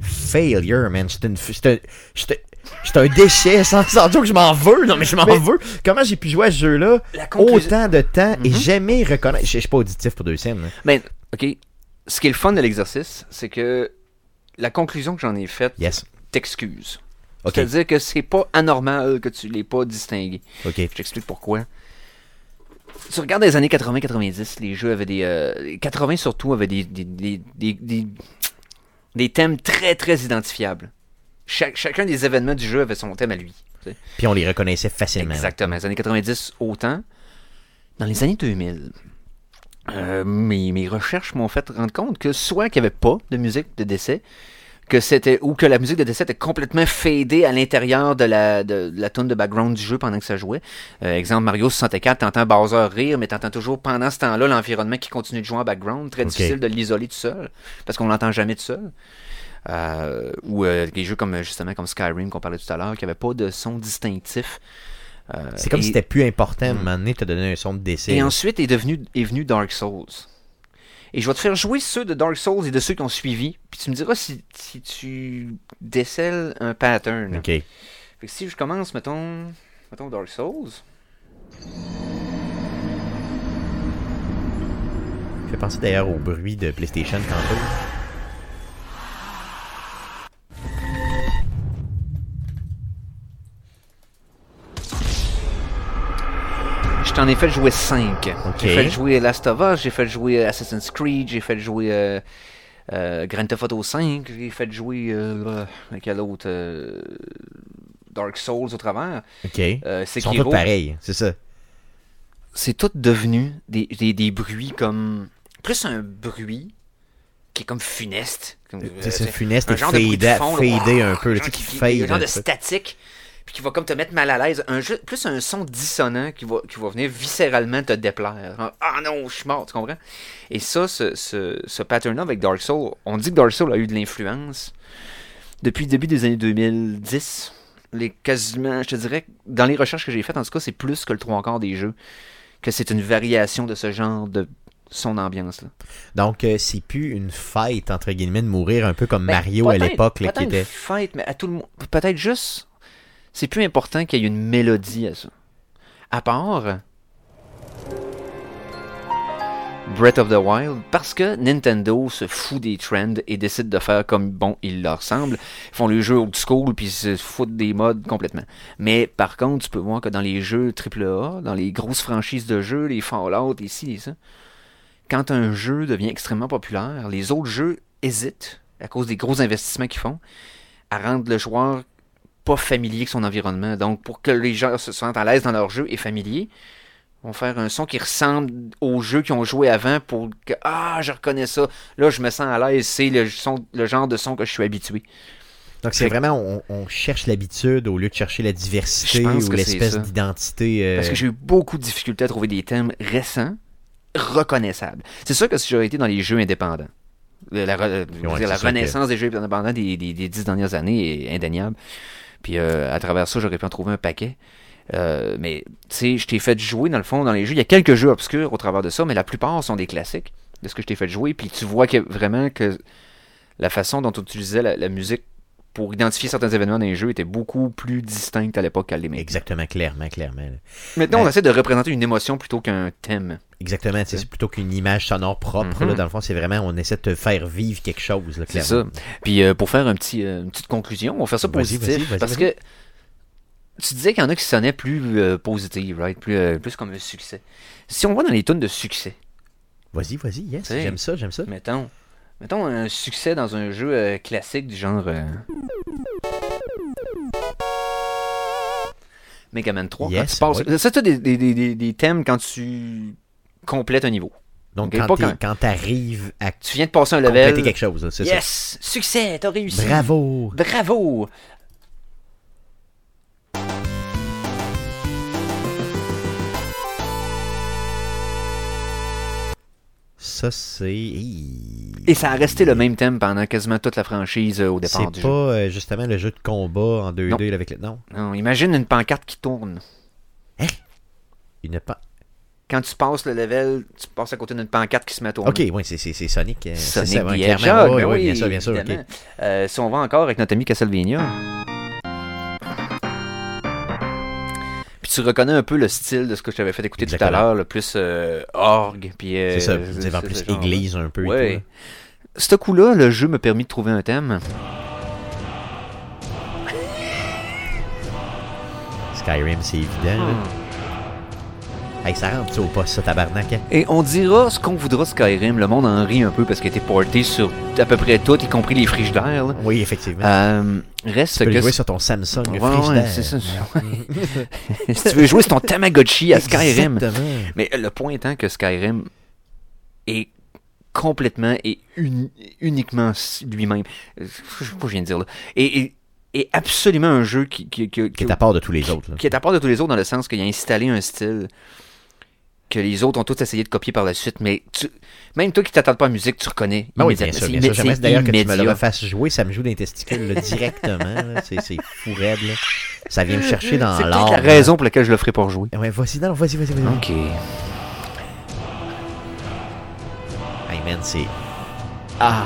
Failure, man. C'est une. C'est un, c'est un- c'est un déchet sans, sans dire que je m'en veux. Non, mais je m'en
Mais-
veux. Comment j'ai pu jouer à ce jeu-là
La conclusion- Mhm.
autant de temps et jamais reconnaître. Je je suis pas auditif pour deux scènes. hein.
Mais OK, ce qui est le fun de l'exercice, c'est que la conclusion que j'en ai faite
Yes.
t'excuse.
Ok.
C'est-à-dire que c'est pas anormal que tu l'aies pas distingué.
Ok.
Je t'explique pourquoi. Tu regardes les années 80-90, les jeux avaient des. euh, les 80 surtout avaient des, des, des, des, des- des thèmes très très identifiables. Chaque- chacun des événements du jeu avait son thème à lui. tu sais.
Puis on les reconnaissait facilement.
Exactement. Les années 90, autant. Dans les années 2000, euh, mes, mes recherches m'ont fait rendre compte que soit qu'il n'y avait pas de musique de décès, que c'était ou que la musique de décès était complètement fadée à l'intérieur de la, de, de la tune de background du jeu pendant que ça jouait. Euh, exemple, Mario 64, t'entends Bowser rire, mais t'entends toujours pendant ce temps-là l'environnement qui continue de jouer en background. Très
Ok.
difficile de l'isoler tout seul, parce qu'on l'entend jamais tout seul. Euh, ou euh, des jeux comme justement comme Skyrim qu'on parlait tout à l'heure, qui n'avaient pas de son distinctif. Euh,
C'est comme
et- Mm.
si c'était plus important. À un moment donné, t'as donné un son de décès.
et
là.
ensuite est devenu est venu Dark Souls. Et je vais te faire jouer ceux de Dark Souls et de ceux qui ont suivi, puis tu me diras si, si tu décèles un pattern.
Ok.
Fait que si je commence, mettons, mettons Dark Souls.
Je fais penser d'ailleurs au bruit de PlayStation tantôt.
Je t'en ai fait jouer 5. J'ai
Ok.
fait jouer Last of Us, j'ai fait jouer Assassin's Creed, j'ai fait jouer euh, euh, Grand Theft Auto 5, j'ai fait jouer euh, euh, quel autre euh, Dark Souls au travers.
Ok.
Euh,
Ils sont tous
Sekiro.
pareils, c'est ça.
C'est tout devenu des, des, des bruits comme plus un bruit qui est comme funeste, comme euh,
C'est-
c'est-
C'est funeste
un
et
genre de bruit de
fade-
fond, là,
fadé
ouah,
un peu. là, tu
genre
sais,
qui-
qui
qui-
fade
un genre
un
de
peu.
statique, puis qui va comme te mettre mal à l'aise. Un jeu, plus un son dissonant qui va, qui va venir viscéralement te déplaire. Genre, Ah non, je suis mort, tu comprends? Et ça, ce, ce, ce pattern-là avec Dark Souls, on dit que Dark Souls a eu de l'influence depuis le début des années 2010. Les quasiment, je te dirais, que dans les recherches que j'ai faites, en tout cas, c'est plus que le trois quarts des jeux, que c'est une variation de ce genre de son ambiance-là.
Donc, euh, c'est plus une fête, entre guillemets, de mourir un peu comme
Ben,
Mario à
peut-être-
l'époque, là,
peut-être
qui était.
une fête, mais à tout le monde. Peut-être juste. C'est plus important qu'il y ait une mélodie à ça. À part. Breath of the Wild, parce que Nintendo se fout des trends et décide de faire comme bon il leur semble. Ils font les jeux old school puis ils se foutent des modes complètement. Mais par contre, tu peux voir que dans les jeux AAA, dans les grosses franchises de jeux, les Fallout, les ci, les ça, quand un jeu devient extrêmement populaire, les autres jeux hésitent, à cause des gros investissements qu'ils font, à rendre le joueur pas familier avec son environnement. Donc, pour que les gens se sentent à l'aise dans leur jeu et familier, vont faire un son qui ressemble aux jeux qu'ils ont joué avant pour que Ah, je reconnais ça. Là, je me sens à l'aise. C'est le, son- le genre de son que je suis habitué.
Donc, c'est
Fait-
vraiment, on, on cherche l'habitude au lieu de chercher la diversité
Je pense
ou
que c'est
l'espèce
ça.
d'identité. euh,
Parce que j'ai eu beaucoup de difficultés à trouver des thèmes récents, reconnaissables. C'est sûr que si j'aurais été dans les jeux indépendants, le- la, re- euh, je veux
Ouais,
dire, la
c'est sûr
renaissance des jeux indépendants des, des, des dix dernières années est indéniable. Puis euh, à travers ça, j'aurais pu en trouver un paquet. Euh, mais tu sais, je t'ai fait jouer dans le fond dans les jeux. Il y a quelques jeux obscurs au travers de ça, mais la plupart sont des classiques de ce que je t'ai fait jouer. Puis tu vois que vraiment que la façon dont on utilisait la, la musique pour identifier certains événements dans les jeux était beaucoup plus distincte à l'époque qu'elle l'est maintenant.
Exactement, clairement, clairement. là.
Maintenant, on
Ben-
essaie de représenter une émotion plutôt qu'un thème.
Exactement, tu sais, c'est plutôt qu'une image sonore propre.
Mhm.
là, dans le fond, c'est vraiment, on essaie de te faire vivre quelque chose, là,
C'est
clairement.
ça. Puis euh, pour faire un petit, euh, une petite conclusion, on va faire ça
Vas-y,
positif.
vas-y, vas-y,
parce
vas-y.
que tu disais qu'il y en a qui sonnaient plus euh, positif, right? plus, euh, plus comme un succès. Si on va dans les tunes de succès,
Vas-y, vas-y, yes,
Tu sais.
j'aime ça, j'aime ça.
mettons, mettons un succès dans un jeu euh, classique du genre euh, Mega Man 3. quand
Yes,
tu passes-
oui.
Ça, c'est des, des- des- des- des thèmes quand tu complètes un niveau.
Donc,
Ok,
quand,
pas
t'es-
quand-
quand t'arrives à
Tu viens de passer un
compléter
level.
quelque chose, là, c'est ça.
Yes! Succès! T'as réussi!
Bravo!
Bravo!
Ça, c'est. Hi.
Et ça a resté le même thème pendant quasiment toute la franchise euh, au départ
C'est
du
pas
jeu.
euh, justement le jeu de combat en 2D avec le. Non.
Non, imagine une pancarte qui tourne.
Il n'a pas.
Quand tu passes le level, tu passes à côté d'une pancarte qui se met à tourner.
Ok, oui, c'est c'est- c'est Sonic. euh, c'est
Sonic
ça, ouais,
the
clairement.
Hedgehog,
Ouais,
ben
ouais,
oui,
bien sûr, bien sûr. ok.
évidemment. Euh, si on va encore avec notre ami Castlevania. Puis tu reconnais un peu le style de ce que je t'avais fait écouter tout à
Exactement.
l'heure, le plus euh, orgue, puis... euh,
C'est ça, vous avez en
c'est
plus
ce genre, là.
église un peu. et
Ouais.
tout,
Ce coup-là, le jeu me permet de trouver un thème.
là. Skyrim, c'est évident. là.
Hmm.
Hey, ça rentre ça au poste, ça, tabarnak. hein?
Et on dira ce qu'on voudra de Skyrim, le monde en rit un peu parce qu'il était porté sur à peu près tout, y compris les frigidaires. là.
Oui, effectivement.
Euh,
tu
reste
peux
que...
le jouer sur ton Samsung, le
Ouais,
frigidaire.
ouais, c'est ça.
Ben
ouais. si tu veux jouer sur ton Tamagotchi à Skyrim.
Exactement.
Mais le point étant que Skyrim est complètement et uni- uniquement s- lui-même. Euh, Je sais pas ce que je viens de dire là. Et, et- et absolument un jeu qui, qui, qui-
Qui est à part de tous les autres. là.
qui est à part de tous les autres dans le sens qu'il a installé un style que les autres ont tous essayé de copier par la suite, mais tu- même toi qui t'attends pas à la musique, tu reconnais.
Ah oui, bien
immédiatement.
sûr,
C'est
bien sûr.
immé-
J'aimerais
c'est
d'ailleurs que tu me le
immédiat.
refasses jouer, ça me joue dans les testicules là, directement. là. C'est c'est fou raide. là. Ça vient me chercher dans
C'est peut-être
l'or.
la raison pour laquelle je le ferai pas jouer.
Ouais, vas-y, non, vas-y, vas-y, vas-y.
Ok.
Hey man, c'est. Ah!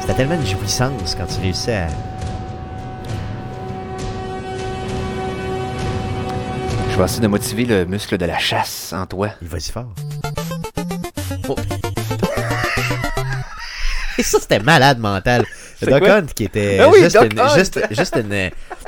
C'était tellement de jouissance quand tu réussis à.
Je vais essayer de motiver le muscle de la chasse en toi.
Il va y fort. Oh. Et ça, c'était malade mental. Le Doc
quoi?
Hunt qui était
Ah oui,
juste,
Doc
une,
Hunt.
juste, juste une.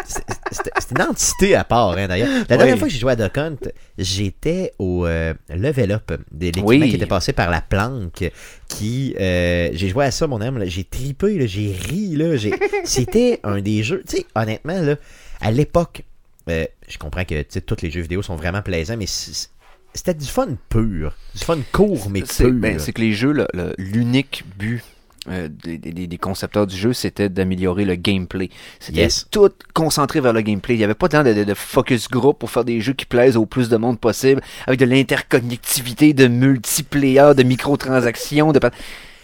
C'était c'était une entité à part, hein, d'ailleurs. La
Oui.
dernière fois que j'ai joué à Doc Hunt, j'étais au euh, level up de l'équipement
Oui.
qui était passé par la planque. Qui euh, j'ai joué à ça, mon âme. là. J'ai tripé, là, j'ai ri, là. j'ai- C'était un des jeux. Tu sais, honnêtement, là, à l'époque, euh, je comprends que tu sais, tous les jeux vidéo sont vraiment plaisants, mais c- c- c'était du fun pur, du fun court mais
C'est
pur.
ben, c'est que les jeux, le- le- l'unique but euh, des, des- des concepteurs du jeu, c'était d'améliorer le gameplay. C'était
Yes.
tout concentré vers le gameplay. Il n'y avait pas tant de, de- de focus group pour faire des jeux qui plaisent au plus de monde possible, avec de l'interconnectivité, de multiplayer, de microtransactions. De... pa-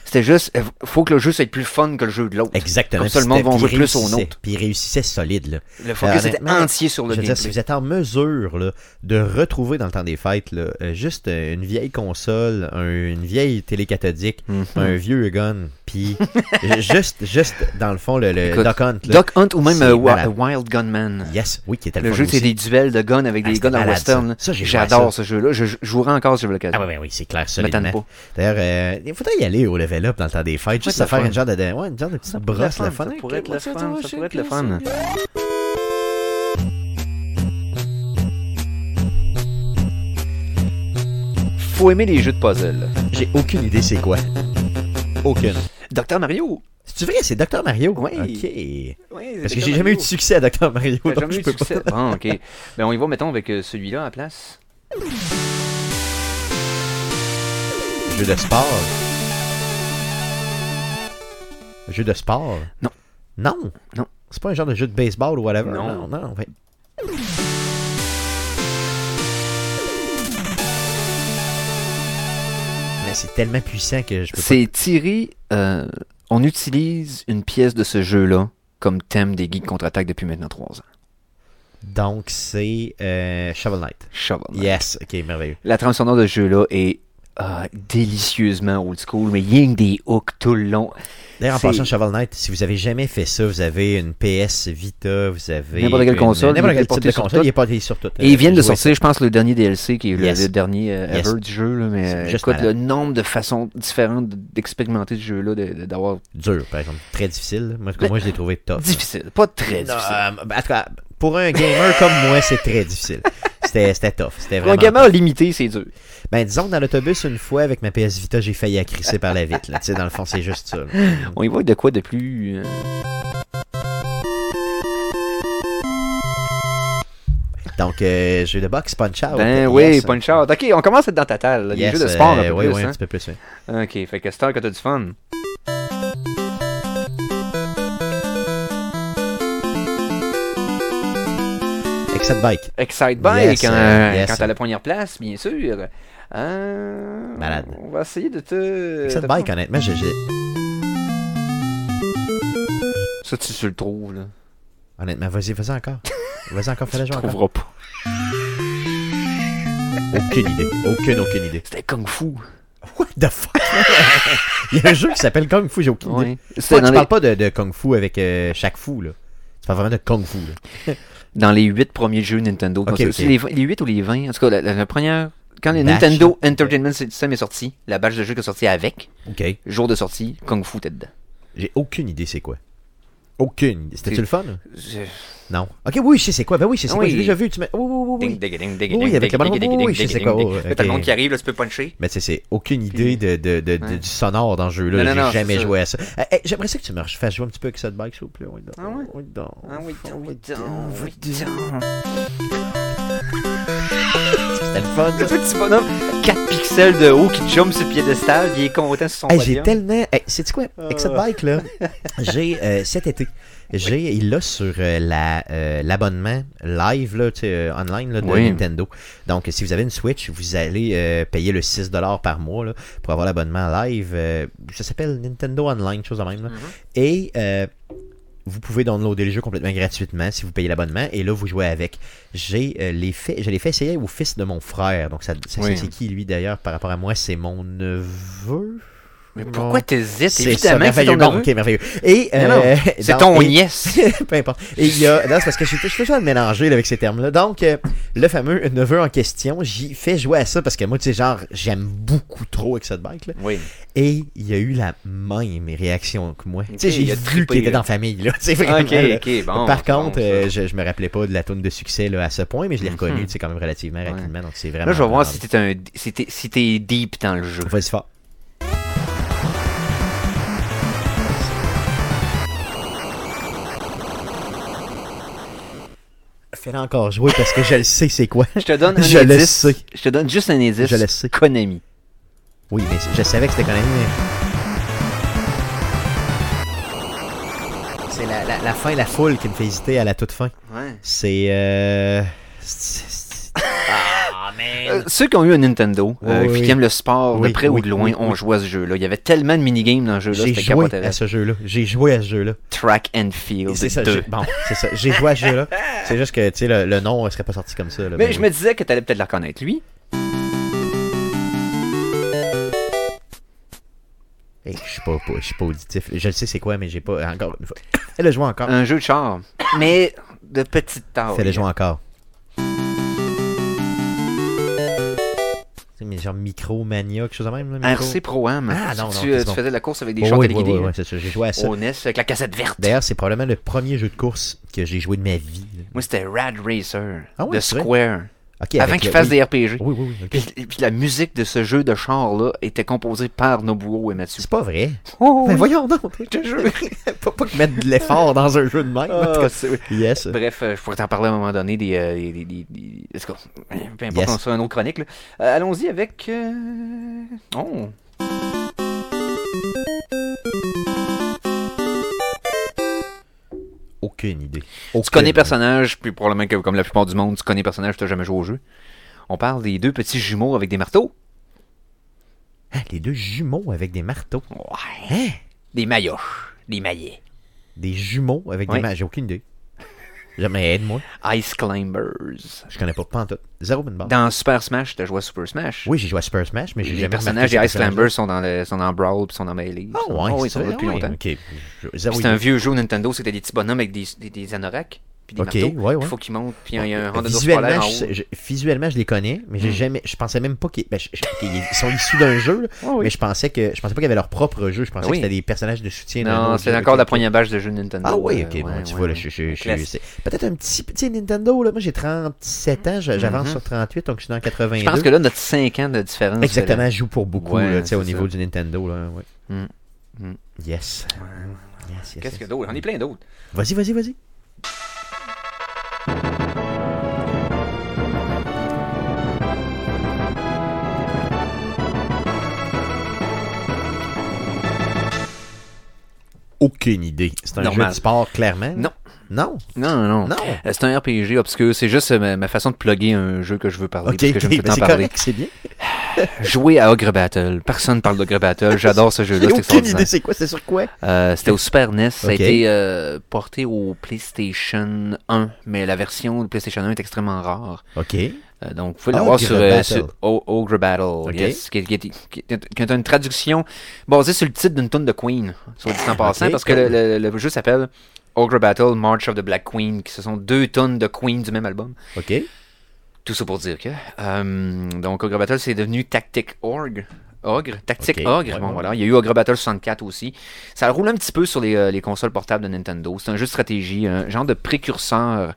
C'était juste, euh, faut que le jeu soit plus fun que le jeu de l'autre.
Exactement.
Comme ça,
puis
le monde
c'était-
va
puis
en jouer plus au
réussissait,
nôtre.
Puis il réussissait solide. Là.
Le focus
Euh,
était
honnêtement,
entier sur le
Je veux
gameplay.
dire, si vous êtes en mesure là, de retrouver dans le temps des fêtes là, euh, juste euh, une vieille console, un- une vieille télé cathodique,
Mhm.
un vieux gun, puis ju- juste, juste dans le fond, le, le
Écoute,
Doc Hunt. là.
Doc Hunt ou même
C'est
euh, Wa-
malade.
Wild Gunman.
Yes, oui, qui était le,
Le
fun
jeu,
aussi.
c'est des duels de guns avec
Ah,
des
c'était
guns en
malade,
western.
ça. Ça, j'ai joué à
J'adore ce jeu-là. Je je jouerai encore si j'ai l'occasion.
Ah oui, oui, oui, c'est clair,
Je m'étonne
solidement.
pas.
D'ailleurs, euh, il faudrait y aller au level up dans le temps des fêtes, juste
être
se faire
le fun.
une genre de, de- ouais, une genre de petite brosse, le fun.
Ça pourrait être le fun. Ça pourrait être le fun. Faut aimer les jeux de puzzle.
J'ai aucune idée c'est quoi. Aucune.
Docteur Mario.
C'est vrai, c'est Dr Mario.
Oui.
Ok.
Oui,
Parce que j'ai jamais eu de succès à Dr Mario,
T'as
donc
jamais
je
eu de
peux
succès.
pas.
Bon, ok. Ben, on y va, mettons, avec euh, celui-là à la place.
Jeu de sport. Jeu de sport.
Non.
Non.
Non.
C'est pas un genre de jeu de baseball ou whatever. Non,
Non.
non, non. ouais. Mais c'est tellement puissant que je peux pas.
C'est tiré. euh, on utilise une pièce de ce jeu-là comme thème des guides contre-attaque depuis maintenant 3 ans.
Donc c'est euh, Shovel Knight.
Shovel Knight.
Yes, ok, merveilleux.
La trame sonore de ce jeu-là est ah, délicieusement old school, mais ying des hooks tout le long.
D'ailleurs, en
C'est-
passant Shovel Knight, si vous avez jamais fait ça, vous avez une PS Vita, vous avez.
N'importe quelle
une-
console, il
N'importe
est
quel type
porté
de
sur
console,
tout.
il est porté sur tout.
Et ils viennent de
Jouez
sortir, je pense, le dernier DLC qui est le,
Euh, Yes.
le dernier euh,
Yes.
ever du jeu. là, mais euh,
C'est juste
écoute, le
malade.
nombre de façons différentes d'expérimenter ce jeu-là, de- de- d'avoir.
Dur, par exemple. Très difficile. Moi, en tout cas,
Mais-
moi je l'ai trouvé top. Euh, ben,
Difficile, pas très difficile.
pour un gamer comme moi, c'est très difficile. C'était c'était tough. C'était
Pour un
vraiment.
gamin limité, c'est dur.
tough. Ben, disons que dans l'autobus, une fois, avec ma PS Vita, j'ai failli à crisser par la vitre. là. Tu sais, dans le fond, c'est juste ça. là.
On y voit de quoi de plus. euh,
Donc, euh, jeu de boxe, Punch Out. Yes.
Ben oui, punch out. Ok, on commence à être dans ta table. là,
Yes,
les jeux de sport, un
euh,
peu
oui,
plus,
oui,
hein.
un petit peu plus. oui.
Ok, fait que c'est quand t'as du fun.
Excel Bike.
Excite
Yes,
Bike, quand,
euh, yes.
quand t'as la première place, bien sûr. Euh,
Malade.
On va essayer de te.
Excel
de-
Bike, honnêtement, j'ai. j'ai- hein.
Ça, tu, tu le trouves, là.
Honnêtement, vas-y, vas-y encore. Vas-y encore, fais la
Tu
jouer encore.
trouveras pas.
Aucune idée. Aucune, aucune idée.
C'était Kung Fu.
What the fuck? Il y a un jeu qui s'appelle Kung Fu, j'ai aucune idée.
Ouais.
Toi,
C'était
tu
dans, les-
parles pas de, de Kung Fu avec euh, chaque fou, là. Tu parles vraiment de Kung Fu, là.
dans les 8 premiers jeux Nintendo.
Ok,
C'est-
ok.
C'est les, les 8 ou les 20. En tout cas, la, la- la première. Quand le
Batch.
Nintendo Entertainment System est sorti, la batch de jeux qui est sortie avec,
OK.
jour de sortie, Kung Fu était dedans.
J'ai aucune idée c'est quoi. Aucune. idée. C'était-tu
C'est-
le fun?
Je-
Non. OK, oui, je sais c'est quoi. Ben oui, je sais c'est quoi.
Oui.
J'ai déjà vu. Tu m'as- oui, oui, oui,
Ding,
oui.
ding, ding, ding,
Oui,
ding,
avec
ding,
la
ding,
bande-
ding,
oui,
ding,
je sais
ding,
c'est quoi,
ding.
oh,
Là, T'as le
ok.
monde qui arrive, là, tu peux puncher.
Mais tu sais, c'est aucune idée de, de, de- de-
Ouais.
du sonore dans ce jeu-là.
Non, non,
J'ai
non,
jamais
c'est ça.
joué à ça. Euh, hey, J'aimerais ça que tu me fasses jouer un petit peu avec cette bike, s'il vous plaît. Oui, donc.
Ah ouais?
Oui, donc.
Ah oui, tiens, oui, tiens, oui, tiens.
C'était le fun,
Le
ça.
petit bonhomme, 4 pixels de haut qui jump sur le piédestal, il est content sur son
Hey, j'ai
podium.
tellement. Hey, sais-tu quoi? Avec cette bike, là, j'ai euh, cet été. J'ai, il l'a sur euh, la, euh, l'abonnement live, là, tu sais, euh, online là, de
Oui.
Nintendo. Donc, si vous avez une Switch, vous allez euh, payer le 6$ par mois là, pour avoir l'abonnement live. euh, ça s'appelle Nintendo Online, chose de même. là. Et euh, vous pouvez downloader les jeux complètement gratuitement si vous payez l'abonnement. Et là, vous jouez avec. J'ai euh, les fait, je l'ai fait essayer au fils de mon frère. Donc, ça, ça-
Oui.
c'est qui, lui, d'ailleurs, par rapport à moi? C'est mon neveu,
Mais
Bon.
pourquoi
c'est
t'hésites?
ça,
Évidemment que c'est
merveilleux.
ton
Bon,
neveu.
ok, merveilleux. Et,
Mais
euh,
non, C'est
dans-
ton
et-
nièce.
peu importe. Et il y a, non, c'est parce que je suis je suis toujours à le mélanger là, avec ces termes-là. Donc, euh, le fameux neveu en question, j'y fais jouer à ça parce que moi, tu sais, genre, j'aime beaucoup trop avec cette bike. Là.
Oui.
Et il a eu la même réaction que moi.
Ok,
tu sais, j'ai
il a
vu
trippé,
qu'il était
là.
en famille, là. C'est vraiment.
Ok,
là.
ok, bon.
Par
c'est bon,
contre,
ça.
euh, je, je me rappelais pas de la toune de succès là, à ce point, mais je l'ai
Mhm.
reconnu, tu sais, quand même relativement
Ouais.
rapidement. Donc, c'est vraiment.
Là, je vais voir
vraiment-
si t'es un, si t'es, si t'es deep dans le jeu.
Vas-y fort. Fais-le encore jouer parce que je le sais c'est quoi.
Je te donne un
Je le
indice.
sais.
Je te donne juste un indice.
Je le sais.
Konami.
Oui, mais je savais que c'était Konami, mais... C'est la, la, la fin, la foule qui me fait hésiter à la toute fin.
Ouais.
C'est... Euh... c'est- c'est- Ah, man!
Euh, ceux qui ont eu un Nintendo,
Oui,
euh, puis
oui.
qui aiment le sport
Oui,
de près
oui,
ou de loin,
oui,
ont joué à ce jeu-là. Il y avait tellement de minigames dans ce jeu-là,
J'ai
c'était
joué
capoté.
à ce jeu-là. J'ai joué à ce jeu-là.
Track and Field.
C'est ça,
2.
j'ai- bon, c'est ça. J'ai joué à ce jeu-là. C'est juste que, tu sais, le, le nom euh, serait pas sorti comme ça. là,
Mais je
oui.
me disais que t'allais peut-être le reconnaître, lui.
Hey, je suis pas, pas- je suis pas auditif. Je le sais c'est quoi, mais j'ai pas. Encore une fois. Fais-le jouer encore.
Un jeu de char, mais de petite taille.
Fais-le jouer encore. C'est mais genre micromania, quelque chose de même. Là, micro...
RC Pro Am.
Ah, non, non,
tu, euh,
c'est
tu
bon.
faisais de la course avec des Oh.
Oui,
chars
oui, oui,
téléguidés.
oui,
là.
oui, Ben. c'est ça. J'ai joué à ça.
Au NES avec la cassette verte.
D'ailleurs, c'est probablement le premier jeu de course que j'ai joué de ma vie. là.
Moi, c'était Rad Racer
Ah oui,
de
c'est vrai?
Square.
Ok.
avant
avec
qu'il
le-
fasse
oui.
des RPG.
Oui, oui, oui. ok.
Puis, puis la musique de ce jeu de char-là était composée par Nobuo Ematsu.
C'est pas vrai.
Oh,
Mais voyons donc.
je te jure.
Faut pas qu'ils mettent de l'effort dans un jeu de même. en tout cas.
Ah, c'est-
yes.
Bref, euh, je pourrais t'en parler à un moment donné des. euh, des, des, des- des- en tout cas, peu importe,
Yes.
on sera une autre chronique. là. Euh, Allons-y avec. euh, Oh!
Aucune idée.
Tu connais personnage, puis probablement que comme la plupart du monde, tu connais personnage, tu n'as jamais joué au jeu. On parle des deux petits jumeaux avec des marteaux.
Ah, les deux jumeaux avec des marteaux.
Ouais.
Hein?
Des maillots. Des maillets.
Des jumeaux avec
Oui.
des mains. J'ai aucune idée. Jamais aide-moi.
Ice Climbers.
Je connais pas, pas en tout. Zéro bonne barre.
Dans Super Smash, t'as joué à Super Smash.
Oui, j'ai joué à Super Smash, mais j'ai
les
jamais
personnages
remarqué
des
ce
Ice Climbers sont dans, le, sont dans Brawl puis sont dans Melee.
Ah
Ils sont-
ouais,
oh,
c'est
ils sont
ça,
là depuis
ah ouais,
longtemps.
ok. Je- Zéro
C'est un
idée.
vieux jeu Nintendo, c'était des petits bonhommes avec des, des, des anoraks, puis des
Ok,
marteaux.
ouais, ouais.
Il faut qu'ils montent, puis il y a un rang de dos
Visuellement
en
je,
haut.
je- visuellement, je les connais, mais j'ai
Hmm.
jamais, je pensais même pas qu'ils ben, je- je- qu'ils sont issus d'un jeu, là, mais je pensais que je pensais pas qu'ils avaient leur propre jeu. Je pensais
Ah Oui.
que c'était des personnages de soutien. d'un
Non,
autre
c'est
jeu.
encore
Ok,
la
ok.
première bâche de jeu de Nintendo.
Ah oui,
euh,
ok,
ouais,
bon, tu
ouais,
vois, là,
ouais.
je, je- je-
Classique.
c'est peut-être un petit, petit Nintendo, là. Moi, j'ai 37 ans, je- j'avance
Mhm.
sur 38, donc je suis dans 82.
Je pense que là, notre 5 ans de différence.
Exactement, je joue pour beaucoup,
Ouais,
là, tu sais, au
c'est
niveau
ça.
du Nintendo, là, ouais.
Hmm. Hmm.
Yes. Yes, yes,
Qu'est-ce
yes.
qu'il y a d'autre J'en ai plein d'autres.
Vas-y, vas-y, vas-y. Aucune idée. C'est un jeu
Normal.
de sport, clairement.
Non.
Non.
Non, non, non.
Non.
Euh, C'est un RPG obscur. C'est juste euh, ma, ma façon de plugger un jeu que je veux parler.
Ok,
parce que j'aime
ok,
tout le
ben
temps
c'est
parler.
correct, c'est bien.
Jouer à Ogre Battle. Personne parle d'Ogre Battle. J'adore ce jeu-là.
J'ai
C'est
aucune idée,
extraordinaire.
c'est quoi, c'est sur quoi?
Euh, C'était au Super NES. Ça a
Ok.
été euh, porté au PlayStation 1. Mais la version de PlayStation 1 est extrêmement rare.
Ok.
Euh, donc, vous pouvez l'avoir
Ah, Ogre
sur, euh,
Battle.
sur O- Ogre Battle. yes, qui, qui, qui, qui est une traduction basée sur le titre d'une tune de Queen. Soit dit en passant, parce que
cool.
le, le- le jeu s'appelle Ogre Battle March of the Black Queen, qui ce sont deux tonnes de Queen du même album.
Ok.
Tout ça pour dire que. euh, donc, Ogre Battle, c'est devenu Tactic Org. Ogre, Tactic
Ok,
Ogre,
ouais,
bon
ouais.
voilà. Il y a eu Ogre Battle 64 aussi. Ça roule un petit peu sur les, euh, les consoles portables de Nintendo. C'est un jeu de stratégie, un genre de précurseur euh,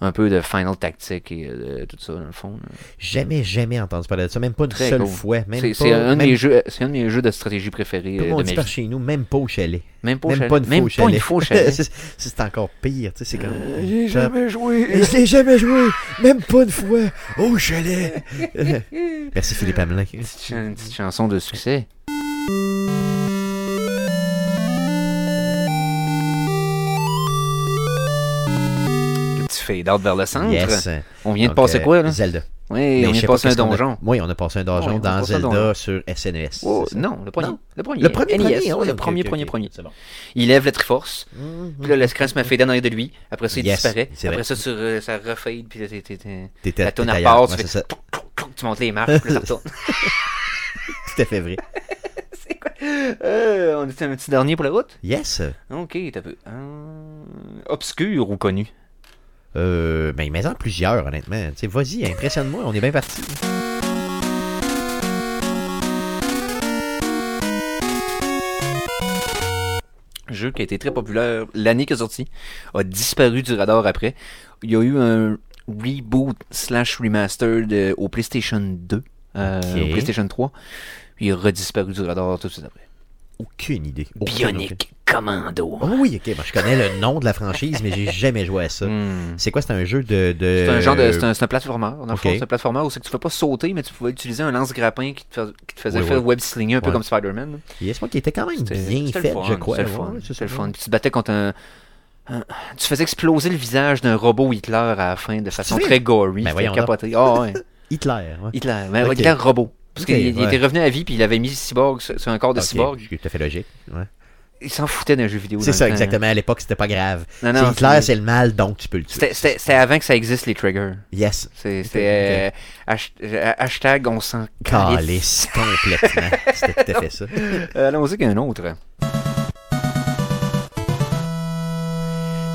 un peu de Final Tactic et euh, tout ça, dans le fond. là.
Jamais, jamais entendu parler de ça. Même pas une
Très
seule
cool.
fois. Même
C'est
pas,
c'est un, de
même-
mes jeux- c'est un de mes jeux de stratégie préférés
Tout le
euh, de ma
monde dit par
vie.
chez nous, même pas au chalet.
Même pas au
même
chalet.
pas une fois
Même
au
pas
chalet.
une Euh, fois au chalet.
c'est, c'est encore pire, tu sais, c'est comme...
J'ai jamais joué.
Je l'ai jamais joué, même pas une fois, au chalet. Merci Philippe Hamelin.
Une petite, chan- une petite chanson de succès. Le petit fade-out vers le centre.
Yes.
On vient de
Donc,
passer
euh,
quoi, là?
Zelda.
Oui,
Mais je
on vient
sais
de
pas
passer un
qu'est-ce qu'on a-
donjon. Oh,
Oui, on a passé un donjon
Ouais, on a
dans
passé un
Zelda sur SNES.
Oh,
c'est ça?
non, le premier.
Non.
Le premier.
Le premier,
NES,
premier,
ouais,
ouais,
E Oh, le
ok,
premier,
ok,
premier,
ok,
premier.
C'est bon.
Il lève la Triforce. Puis là,
Mhm.
le scratch m'a fait derrière de lui. Après ça, il
Yes,
disparaît.
c'est
Après
vrai.
ça, sur, euh, ça refade. Puis là, t'es- t'es- t'es-
T'étais
la tonne
t'étais
repart.
ailleurs.
Tu
Ouais,
fais
c'est ça.
clonk, clonk, clonk, tu montes les marches. Puis là, ça retourne.
Tout à fait vrai.
C'est quoi? Euh, on était un petit dernier pour la route?
Yes.
Ok, t'as peu. Euh, Obscur ou connu?
Euh, ben, mais en plusieurs, honnêtement. Tu sais, vas-y, impressionne-moi, on est bien parti.
jeu qui a été très populaire l'année qu'il est sorti, a disparu du radar après. Il y a eu un reboot slash remaster de- au PlayStation 2, euh,
Ok.
au PlayStation 3. Il a redisparu du radar tout de suite après.
Aucune idée. Aucune, aucune.
Bionic Commando.
Oh oui, ok, ben, je connais le nom de la franchise, mais j'ai jamais joué à ça.
Hmm.
C'est quoi, c'est un jeu de. de-
C'est un genre de. C'est un, c'est un platformer. dans le
Ok.
fond. C'est un platformer où c'est que tu ne pas sauter, mais tu pouvais utiliser un lance-grappin qui te, fais- qui te faisait
Oui,
faire
oui.
web slinger un peu
Ouais.
comme Spider-Man.
Yes, moi qui était quand même
C'était-
bien
c'était
fait,
le fun,
je crois.
C'était
Ouais,
le fun.
ouais, c'est
c'était le
ça.
fun. Puis tu te battais contre un. un- Tu faisais exploser le visage d'un robot Hitler à la fin de façon
vrai?
très gory.
Ben
C'était
voyons donc.
capoté. Ah ouais.
Hitler, ouais.
Hitler. Mais
Ok.
Hitler robot. Parce
Ok,
qu'il il
ouais.
était revenu à vie puis il avait mis Cyborg sur sur un corps de
Ok,
Cyborg.
c'est Tout à fait logique. ouais.
Il s'en foutait d'un jeu vidéo.
C'est
dans
ça,
le temps. hein.
exactement. À l'époque, c'était pas grave.
Non, non,
C'est Hitler,
c'est-
c'est le mal, donc tu peux le tuer.
C'était- C'était c'était avant que ça existe les triggers.
Yes.
C'est-
Ok,
C'était euh, hash- euh, hashtag on s'en calisse.
Calice, complètement. C'était tout à fait ça.
Euh, Allons-y qu'un autre.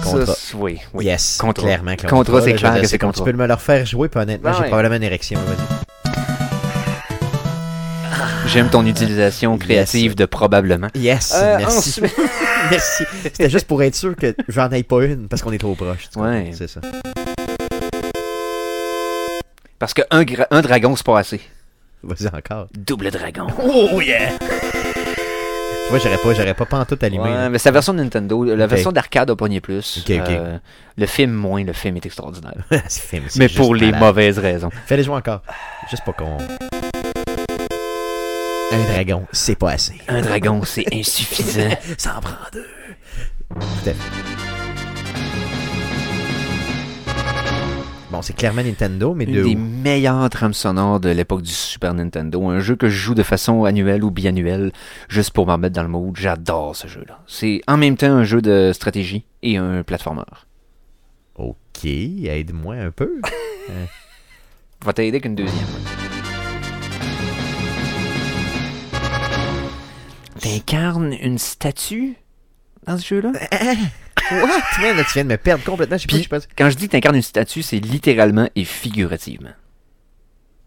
Contra.
Ça, c'est- oui, oui.
Yes,
Contra.
clairement.
Contra, c'est
là,
clair
je veux
que
dire,
c'est
comme
Contra.
Tu peux me le refaire jouer, puis honnêtement,
Ah
j'ai
ouais.
probablement une érection. Vas-y.
J'aime ton utilisation créative de probablement.
Yes,
Euh,
merci.
ensuite-
merci. C'était juste pour être sûr que j'en aille pas une, parce qu'on est trop proche. tu
Ouais.
comprends, C'est ça.
Parce que un, gra- un dragon, c'est pas assez.
Vas-y encore.
Double dragon.
Oh yeah! Tu vois, j'aurais pas, j'aurais pas pantoute allumé.
Ouais,
là.
mais sa version de Nintendo, la
Ok.
version d'arcade a pogné plus.
Ok, ok.
Euh, le film moins, le film est extraordinaire.
Ce film, c'est
Mais
juste
pour les
malade.
mauvaises raisons.
Fais-les jouer encore. Juste pas qu'on... Un dragon, c'est pas assez.
Un dragon, c'est insuffisant.
Ça en prend deux. Bon, c'est clairement Nintendo, mais de
Une des
où?
meilleures trames sonores de l'époque du Super Nintendo. Un jeu que je joue de façon annuelle ou biannuelle, juste pour m'en mettre dans le mood. J'adore ce jeu-là. C'est en même temps un jeu de stratégie et un platformer.
OK. compliqué. Aide-moi un peu.
On va t'aider qu'une deuxième. T'incarnes une statue dans ce jeu-là?
What? Man, là, tu viens de me perdre complètement. Je sais pas,
Puis-
je sais pas.
Quand Euh, je dis que t'incarnes une statue, c'est littéralement et figurativement.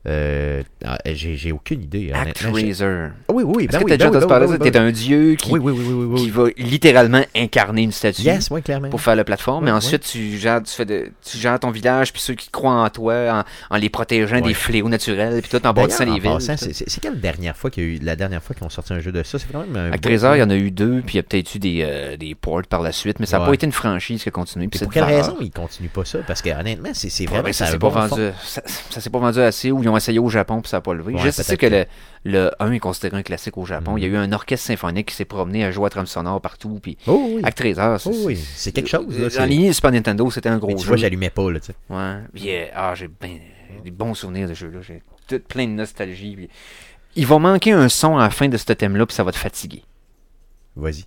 Euh, ah, j'ai j'ai aucune idée.
Act
honnêtement. J'ai-
Razor.
Ah Oui, oui, oui.
Est-ce
ben
que
oui,
t'as déjà
ben
entendu
oui,
parler
ben
de ça?
oui, ben
T'es un dieu qui,
oui, oui, oui, oui, oui,
qui
oui.
va littéralement incarner une statue
Yes, moi, clairement.
pour faire le plateforme.
Ouais,
Mais
ouais.
ensuite, tu, gères, tu, fais de, tu gères ton village, puis ceux qui croient en toi, en, en les protégeant
Ouais.
des fléaux naturels, puis tout, en
D'ailleurs,
bâtissant
en
les villes.
passant,
puis tout.
c'est c'est- c'est quelle dernière fois qu'il y a eu la dernière fois qu'ils ont sorti un jeu de ça C'est quand même un.
Act
beau-
Razor, il y en a eu deux, puis il y a peut-être eu des, euh, des ports par la suite, mais ça n'a
Ouais.
pas été une franchise qui a continué.
Puis
Puis c'est
pour
de
quelle
valeur.
raison ils continuent pas ça Parce que honnêtement, c'est c'est
Ouais,
vraiment
mais ça
c'est un
s'est pas
bon fond.
vendu. Ça, ça s'est pas vendu assez ou ils ont essayé au Japon puis ça n'a pas levé.
Ouais,
je sais
peut-être
que le,
que-
le 1 est considéré un classique au Japon.
Mhm.
Il y a eu un orchestre symphonique qui s'est promené à jouer à trame sonore partout. Puis
Oh oui.
Act Razor, c'est
Oh oui, c'est quelque chose. Là,
c'est-
c'est-
Dans les lignes du Super Nintendo, c'était un
Mais
gros
tu
jeu.
vois, j'allumais pas là. tu sais.
Ouais. Puis, euh, ah, j'ai ben- des bons souvenirs de ce jeu-là. J'ai tout plein de nostalgie. puis- Il va manquer un son à la fin de ce thème-là, puis ça va te fatiguer.
Vas-y.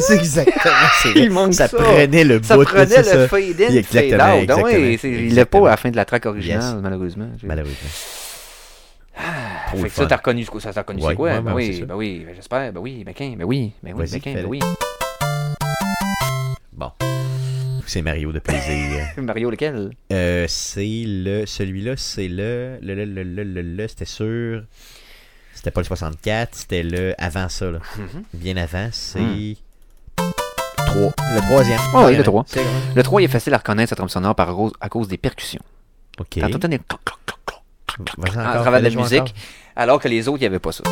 c'est exactement c'est vrai.
Il manque
ça,
ça.
prenait le
Ça
bout
prenait
c'est
le
ça.
fade-in, le
Exactement,
fade-out. Ah ouais,
exactement,
c'est- il l'a pas à
exactement.
la fin de la track originale,
Yes.
malheureusement. J'ai-
Malheureusement. Trop
Ah, Fait
le
que ça,
fun.
t'as reconnu, ça, t'as reconnu, c'est
Ouais,
quoi?
ouais,
ben,
ouais, c'est
oui,
ça.
ben oui, ben j'espère, ben oui, ben qu'un, ben oui, ben oui,
Vas-y,
ben qu'un, ben
fais-le.
oui.
Bon. C'est Mario de plaisir.
Mario, lequel?
Euh, c'est le. Celui-là, c'est le. Le, le, le, le, le, le, c'était sûr. C'était pas le 64, c'était le. Avant ça, là. Bien avant, c'est.
Hmm.
3. Le troisième.
Ouais, ouais, Ah le trois.
C'est vrai.
Le 3 il est facile à reconnaître, cette trame sonore, par cause- à cause des percussions.
Ok.
Quand t'entends des cloc, cloc, cloc, cloc,
Vas-y encore,
à travers de
fais-le
la
jouer
musique,
encore.
alors que les autres, il n'y avait pas ça.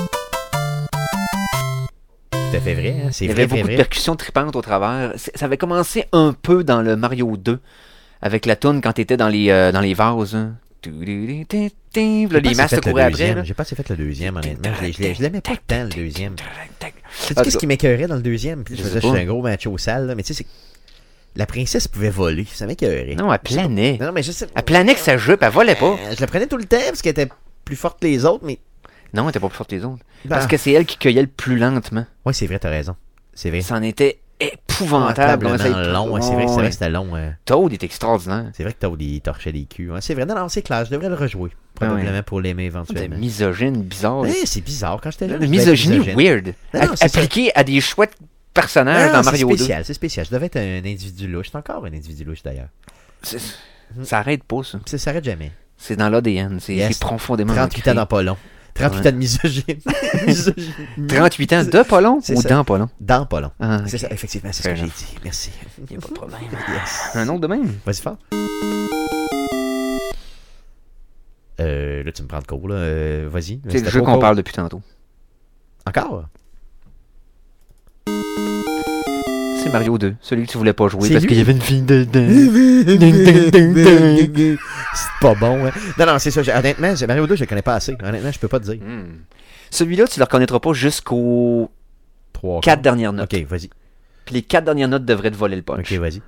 Tout à fait vrai, hein. C'est
Il y
vrai, vrai,
avait beaucoup de
vrai.
percussions tripantes au travers. C'est- Ça avait commencé un peu dans le Mario 2, avec la toune quand t'étais dans les, euh, dans les vases. hein. Tou-dou-dou-tin-tin. Là,
J'ai
les
pas assez
masques
fait le
couraient après.
deuxième.
là.
J'ai pas assez fait le deuxième, honnêtement. Je l'ai- je l'ai- je l'aimais pas tant, le deuxième. sais
Ah,
qu'est-ce
ça-
qui m'écœurait dans le deuxième? Puis
Je
je
sais
faisais, je
pas.
suis un gros macho sale, là, mais tu sais, c'est... La princesse pouvait voler, ça m'écœurait.
Non, elle
Je sais pas.
planait.
Non, non, mais je sais...
Elle planait que sa jupe, elle volait pas.
Euh, Je la prenais tout le temps, parce qu'elle était plus forte que les autres, mais...
Non, elle était pas plus forte que les autres.
Ben.
Parce que c'est elle qui cueillait le plus lentement.
Ouais, c'est vrai, t'as raison. C'est vrai.
C'en était épouvantable. On
Ah, Probablement
essaye-
long, ouais, c'est vrai, c'est
Ouais.
vrai que c'était long. euh.
Toad est extraordinaire.
C'est vrai que t'as des torchait des culs. ouais. C'est vrai, non, non, c'est clair, je devrais le rejouer. Probablement pour l'aimer
C'est
éventuellement.
misogyne, bizarre.
Eh, c'est bizarre, quand j'étais jeune. je
Une
devais être
misogynie
misogyne.
weird.
Non,
A-
non, c'est ça.
appliquée à des chouettes
Non,
personnages
non,
hein, dans
Ah, c'est
Mario 2.
spécial, c'est spécial. Je devais être un individu louche. C'est encore un individu louche, d'ailleurs.
C'est- Ça arrête pas, ça.
Ça s'arrête jamais.
C'est dans l'ADN. C'est
Mm-hmm. Yes.
c'est profondément
38 ans
ancré.
dans pas long. 38
Ouais.
ans de misogyne. Misogynie.
38 ans de Polon
C'est
ou
ça.
dans Polon?
Dans pas long.
Ah,
C'est
ok.
ça, effectivement, c'est ce
Fair
que j'ai dit. Merci.
Y a pas de problème.
Yes.
Un autre de même.
Vas-y, fort. Euh, là, tu me prends de court, là. Euh, Vas-y.
C'est le
C'était
jeu
pas
qu'on
court.
parle depuis tantôt.
Encore
C'est Mario 2, celui que tu voulais pas jouer
C'est
parce
lui.
qu'il y avait une fille de. de-
C'est pas bon, hein. Non, non, c'est ça. j'ai- Honnêtement, j'ai- Mario 2, je le connais pas assez. Honnêtement, je peux pas te dire.
Hmm. Celui-là, tu le reconnaîtras pas jusqu'aux
3,
quatre dernières notes.
Ok, vas-y.
Puis les quatre dernières notes devraient te voler le punch.
Ok, vas-y.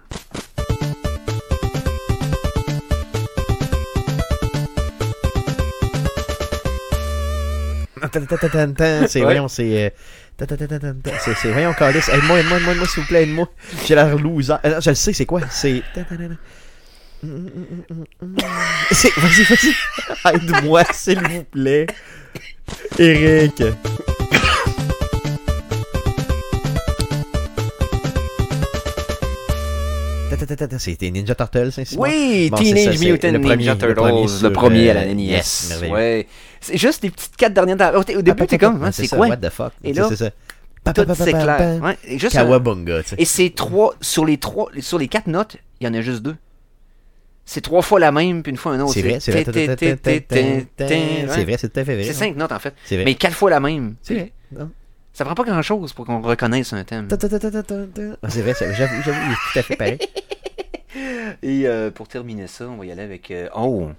Tan-tan-tan-tan-tan, C'est
Ouais.
voyons, c'est. euh, tan-tan-tan-tan-tan, C'est c'est- voyons, Calice. Aide-moi, aide-moi, aide-moi, aide-moi, s'il vous plaît, aide-moi. J'ai l'air loser. Ah, non, Je le sais, c'est quoi C'est. tan-tan-tan-tan. Mm, C'est- Vas-y, vas-y. Aide-moi, s'il vous plaît. Eric. Tatatatatata, C'était Ninja Turtles, c'est ça?
Oui,
Bon, c'est ça,
Teenage
c'est
Mutant
le premier-
Ninja
le
Turtles,
premier
le
sur,
premier à
euh,
la NES.
yes, merveilleux.
ouais. C'est juste les petites quatre dernières notes. Au au
Ah,
début,
pa-
t'es
pa-
comme,
pa-
hein,
c'est
c'est
ça,
quoi
What the fuck?
Et
Tu sais,
là,
c'est ça. Pa- pa-
Tout
pa- pa- pa-
s'éclaire.
pa-
Ouais, et juste un-
Kawabunga, tu sais.
Et c'est trois sur les trois sur les quatre notes, il y en a juste deux. C'est trois fois la même puis une fois un autre.
C'est vrai, c'est vrai.
tin, tin, tin, tin, tin, tin.
C'est vrai, c'est tout à fait vrai.
hein. C'est cinq notes en fait,
C'est vrai.
mais quatre fois la même.
C'est vrai. Mm. Non.
Ça prend pas grand chose pour qu'on reconnaisse un thème.
Ta-ta-ta-ta-ta-ta. Ah, C'est vrai, ça- j'avoue, j'avoue, il est tout à fait pareil.
Et euh, pour terminer ça, on va y aller avec euh, oh.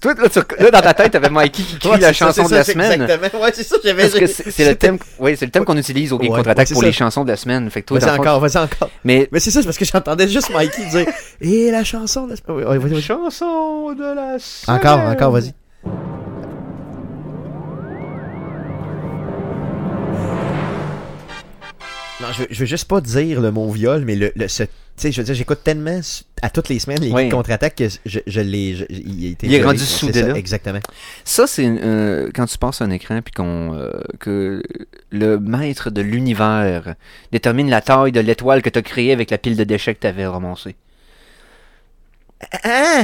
Toi, là, tu rec- là, dans ta tête, t'avais Mikey qui crie
Ouais,
la
c'est ça,
chanson
c'est
de la
ça,
semaine.
Exactement. Ouais, c'est ça, j'avais.
Parce que c'est c'est le thème, ouais, c'est le thème qu'on utilise au Game
Ouais,
Contre-Attaque
ouais,
pour
c'est
les
ça.
chansons de la semaine. Fait que toi,
Vas-y
dans le fond-
encore, vas-y encore.
Mais
Mais c'est ça, c'est parce que j'entendais juste Mikey dire Et la chanson de la semaine. Oui, oui, oui, oui.
Chanson de la semaine.
Encore, encore, vas-y. Non, je, veux- je veux juste pas dire le mot viol, mais le, le ce- tu sais, je veux dire, j'écoute tellement s- à toutes les semaines les
Oui.
contre-attaques que je, je l'ai. je- il, a été
Il est
violé.
rendu
C'est
soudé,
ça,
là.
Exactement.
Ça, c'est euh, quand tu passes un écran puis qu'on euh, que le maître de l'univers détermine la taille de l'étoile que t'as créée avec la pile de déchets que t'avais ramassée.
Ah!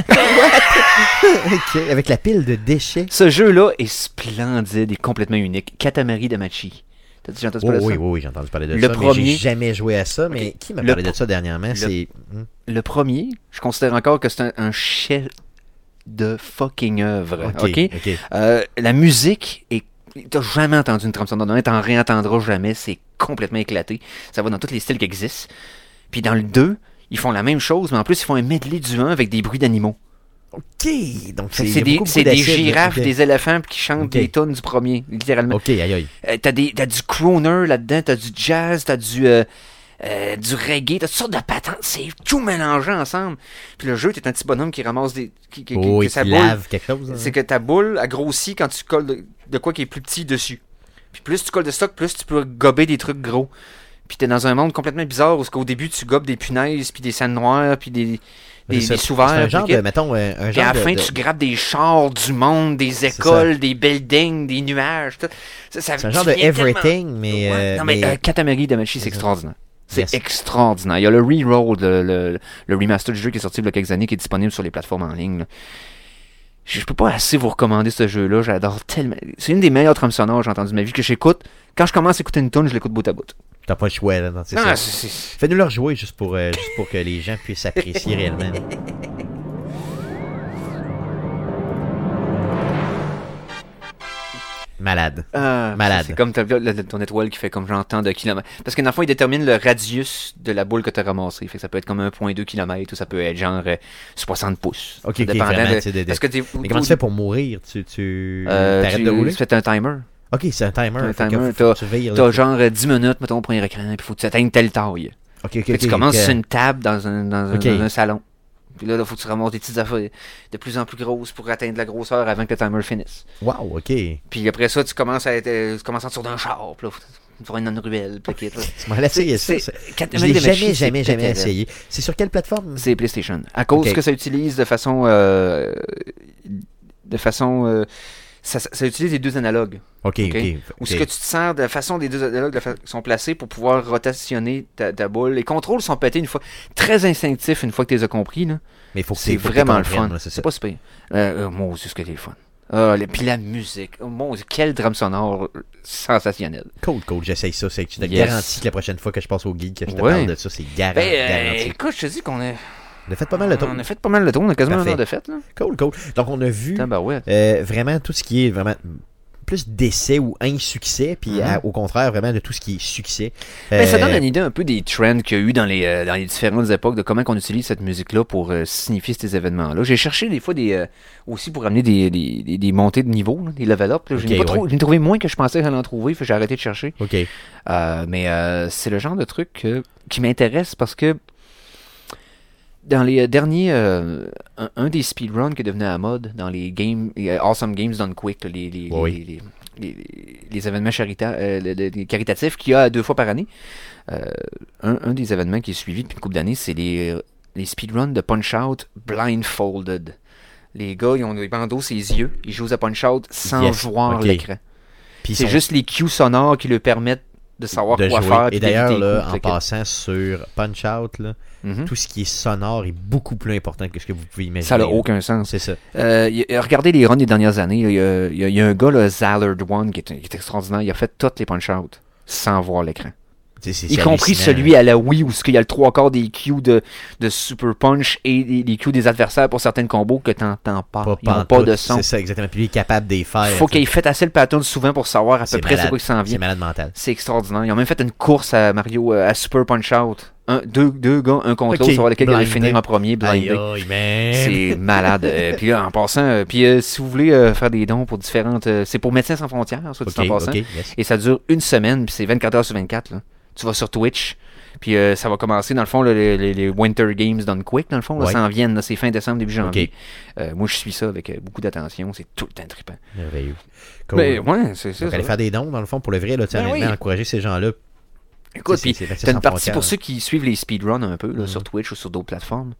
Ok, Avec la pile de déchets.
Ce jeu-là est splendide et complètement unique. Katamari Damacy. T'as déjà entendu
Oh,
parler de
oui, oui,
ça?
oui, j'ai entendu parler de
Le
ça, mais
premier-
j'ai jamais joué à ça. Mais qui m'a
Le
parlé de
pr-
ça dernièrement? C'est... Hmm.
Le premier, je considère encore que c'est un, un chef de fucking œuvre.
Ok,
ok?
ok.
Euh, la musique est T'as jamais entendu une trame sonore, d'un, t'en réentendras jamais, c'est complètement éclaté. Ça va dans tous les styles qui existent. Puis dans le 2, ils font la même chose, mais en plus ils font un medley du 1 avec des bruits d'animaux.
Ok, donc c'est
Fait que
il y
C'est
a
des,
beaucoup,
c'est
beaucoup
des
d'acide, là.
girafes,
Ok.
des éléphants puis qui chantent
Ok.
des tonnes du premier, littéralement.
Ok, aïe aïe.
Euh, t'as, des, t'as du crooner là-dedans, t'as du jazz, t'as du, euh, euh, du reggae, t'as toutes sortes de patentes, c'est tout mélangé ensemble. Puis le jeu, t'es un petit bonhomme qui ramasse des. qui, qui, qui-
Oh,
que
il
sa boule-
lave quelque chose. hein.
c'est que ta boule, elle grossit quand tu colles de, de quoi qui est plus petit dessus. Puis plus tu colles de stock, plus tu peux gober des trucs gros. Puis t'es dans un monde complètement bizarre où au début tu gobes des punaises, puis des sands noirs, puis des, des,
C'est ça.
des sous-verts,
C'est un genre
puis
de,
que-
mettons, euh, un
puis
genre
à
de-
la fin,
de-
tu grappes des chars du monde, des
C'est ça.
écoles, des buildings, des nuages. tout. Ça, ça-
C'est un
tu
genre de
viens tellement-
everything, mais.
Ouais.
euh,
non, mais,
mais-
euh, Katamari Damacy, c'est
Exact.
extraordinaire. C'est
Yes.
extraordinaire. Il y a le reroll, le, le- le remaster du jeu qui est sorti il y a quelques années, qui est disponible sur les plateformes en ligne. là. Je, je peux pas assez vous recommander ce jeu-là. J'adore tellement. C'est une des meilleures trames sonores que j'ai entendues de ma vie que j'écoute. Quand je commence à écouter une tune, je l'écoute bout à bout.
T'as pas le choix, là. non, c'est
Non,
ça.
c'est- c'est-
Fais-nous leur jouer juste pour, euh, juste pour que les gens puissent apprécier réellement. Malade.
Ah,
Malade.
C'est comme ta- la- la- ton étoile qui fait comme genre tant de kilomètres. Parce que dans le fond, il détermine le radius de la boule que t'as ramassée. Fait que ça peut être comme 1.2 km ou ça peut être genre euh, 60 pouces.
Ok,
Ça
ok,
dépendant
vraiment,
de-
tu sais, de- de-
Parce que t'es-
Mais comment tu fais pour mourir Tu, tu...
Euh,
t'arrêtes
tu-
de rouler
tu fais un timer.
Ok, c'est un timer.
un
fait que
timer,
faut- faut que tu veilles, là.
T'as genre euh, 10 minutes, mettons, au premier écran, puis faut que tu atteignes telle taille.
Ok, ok,
Fait que tu
ok,
commences
ok.
sur une table dans un, dans un,
Ok.
dans un salon. Puis là, il faut que tu ramasses des petites affaires de plus en plus grosses pour atteindre la grosseur avant que le timer finisse.
Wow, ok. Tu
Puis après ça, tu commences à être, euh, tu commences à sortir d'un char, puis là, faut tu vas dans une ruelle, puis là, qu'est-
m'as laissé essayer ça.
c'est-
ça.
Quatre-
Je l'ai
Mega Man
jamais,
Chi, c'est
jamais, jamais
terrible.
essayé. C'est sur quelle plateforme
C'est PlayStation. À cause
Ok.
que ça utilise de façon, euh, de façon, euh, ça, ça- ça utilise les deux analogues.
Ok, ok.
Ou
ok.
ce que tu te sers de la façon des deux analogues de fa- sont placés pour pouvoir rotationner ta, ta boule. Les contrôles sont pétés une fois. Très instinctif une fois que tu les as compris. là.
Mais faut que
C'est
t'aies- faut que
vraiment
t'aies
le fun.
comprennes, là, C'est ça.
C'est pas super. Euh, euh, mon Dieu, ce que c'est le fun. Ah, le- puis la musique. Oh, mon Dieu, quel drame sonore euh, sensationnel.
Cool, cool, j'essaye ça. C'est que je te
Yes.
garantis que la prochaine fois que je passe au guide, que je te
Ouais.
parle de ça, c'est garant,
Ben, euh,
garanti.
écoute, je te dis qu'on a,
On a fait pas mal de tours.
on a fait pas mal de tours. On a quasiment
Parfait. Hum.
un an de fête. Là. ben
Cool, cool. Donc, on a vu
Tabarouette.
euh, vraiment tout ce qui est vraiment plus d'essais ou insuccès, puis
Mhm.
à- au contraire, vraiment de tout ce qui est succès.
Mais Ben, ça
Euh,
donne une idée un peu des trends qu'il y a eu dans les, euh, dans les différentes époques de comment qu'on utilise cette musique-là pour euh, signifier ces événements-là. J'ai cherché des fois des euh, aussi pour amener des, des, des- des montées de niveau, là, des level-up. là. J'en ai
Ok,
pas trop- J'en ai trouvé moins que je pensais que j'allais en trouver, fait que j'ai arrêté de chercher.
Ok.
Euh, mais euh, c'est le genre de truc que- qui m'intéresse parce que dans les euh, derniers, euh, un, un des speedruns qui devenait à la mode dans les games, les, euh, Awesome Games Done Quick, là, les, les,
Oui.
les, les- les- les événements charita- euh, le- le- les caritatifs qu'il y a deux fois par année, euh, un, un des événements qui est suivi depuis une couple d'années, c'est les, euh, les speedruns de Punch Out Blindfolded. Les gars, ils ont des bandeaux, ses yeux, ils jouent à Punch Out sans
Yes,
voir
ok.
l'écran.
Puis
C'est
sont-
juste les cues sonores qui lui permettent de savoir
de
quoi
jouer.
faire.
Et
puis
d'ailleurs,
d'éviter les
là,
coups,
en
t'sais que-
passant sur Punch Out, là,
Mhm.
tout ce qui est sonore est beaucoup plus important que ce que vous pouvez imaginer.
Ça n'a aucun sens.
C'est ça.
Euh, y- y- regardez les runs des dernières années. là, Il y a- il y, a- il y a un gars, le Zallard One, qui est, qui est extraordinaire. Il a fait toutes les punch-out sans voir l'écran.
Tu sais, c'est-
Y
c'est
compris
hallucinant.
celui à la Wii où ce qu'il y a le trois quarts des Q de, de Super Punch et des, des Q des adversaires pour certains combos que t'entends pas.
Pas,
Ils n'ont
pantoute,
pas de son.
C'est ça, exactement. Puis lui, il est capable d'y faire.
Faut
tu sais.
qu'ils fassent assez le pattern souvent pour savoir à peu près c'est
malade.
quoi qui s'en
C'est
vient.
malade mental.
C'est extraordinaire. Ils ont même fait une course à Mario euh, à Super Punch Out. Un, deux, deux gars, un contre
Ok,
l'autre, savoir lequel allait
blindé.
finir en premier,
Aïe,
blindé.
aïe, man.
C'est malade. Euh, puis là, en passant, euh, puis euh, si vous voulez euh, faire des dons pour différentes. euh, c'est pour Médecins sans frontières, soit dit
Ok,
en passant.
ok, yes.
Et ça dure une semaine, puis c'est 24 heures sur 24. là. Tu vas sur Twitch, puis euh, ça va commencer, dans le fond, là, les, les- les Winter Games Done Quick, dans le fond, là,
Ouais.
ça en viennent, là, c'est fin décembre, début janvier.
Ok.
Euh, moi, je suis ça avec euh, beaucoup d'attention, c'est tout le temps trippant.
Merveilleux. Cool.
Mais ouais, c'est ça.
Donc,
ça.
aller faire des dons, dans le fond, pour le vrai, là, tu sais,
Ben
honnêtement,
oui.
encourager ces gens-là.
Écoute,
C'est-
puis
c'est Mm-hmm. Vaccins
t'as une
sans
partie
frontières,
pour
hein.
ceux qui suivent les speedruns un peu, là, sur Twitch ou sur d'autres plateformes.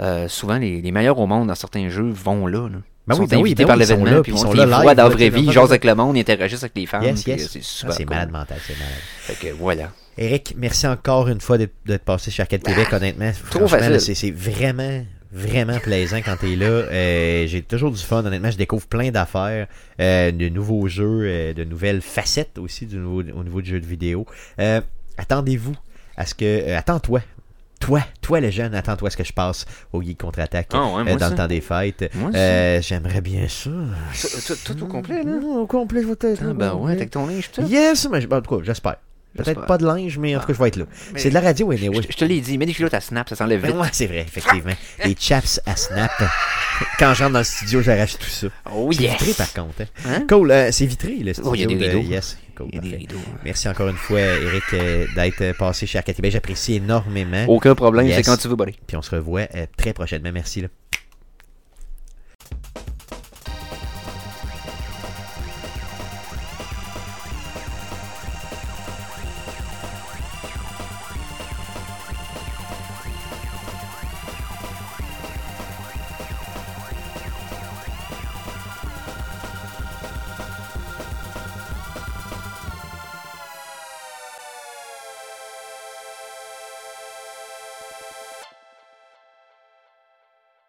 euh, souvent, les, les meilleurs au monde dans certains jeux vont là. là.
Ben
ils sont
oui, ben oui,
invités
ben
par
oui, ils sont
l'événement,
là,
puis
puis ils
on
sont
les
là
voit
live,
dans la
là,
vraie
tu sais,
vie, ils
dans
jasent
le-
avec le monde, ils interagissent avec les fans.
Yes,
puis,
yes.
euh, C'est
Ah,
super
c'est
cool.
malade mental, c'est malade.
Fait que voilà.
Eric, merci encore une fois d'être d'être passé chez Arcade Québec, honnêtement. Franchement,
Ah, facile.
là, C'est c'est vraiment, vraiment plaisant quand t'es là. Euh, J'ai toujours du fun, honnêtement. Je découvre plein d'affaires, euh, de nouveaux jeux, euh, de nouvelles facettes aussi du nouveau, au niveau du jeu de vidéo. Euh, Attendez-vous à ce que... euh, Attends-toi. Toi, toi le jeune, attends-toi à ce que je passe au Geek Contre-Attaque
Ah ouais,
euh,
moi
dans le
ça.
temps des fêtes.
Moi
Euh, J'aimerais bien ça.
Tout au complet, là.
Mmh, Au complet, je vais peut-être...
Ah, ben ouais, t'as que ton linge, tout.
Yes, mais je- ben, en tout cas, j'espère. Peut-être
J'espère. Ah,
pas de linge, mais en tout cas, je vais être là.
Mais-
C'est de la radio, anyway.
Je je te l'ai dit, mets des culottes à snap, ça s'enlève
Ben
vite.
ouais, c'est vrai, effectivement. Les chaps à snap. Quand j'entre dans le studio, j'arrache tout ça.
Oh
C'est vitré,
yes!
par contre. hein.
Hein?
Cool, euh, c'est vitré, le studio.
Oh, il y a des
de-
rideaux.
Yes, cool,
Il y a des
parfait.
rideaux.
Merci encore une fois, Eric, euh, d'être euh, passé chez Arcade Québec. J'apprécie énormément.
Aucun problème,
Yes.
c'est quand tu veux, buddy.
Puis on se revoit euh, très prochainement. Merci. là.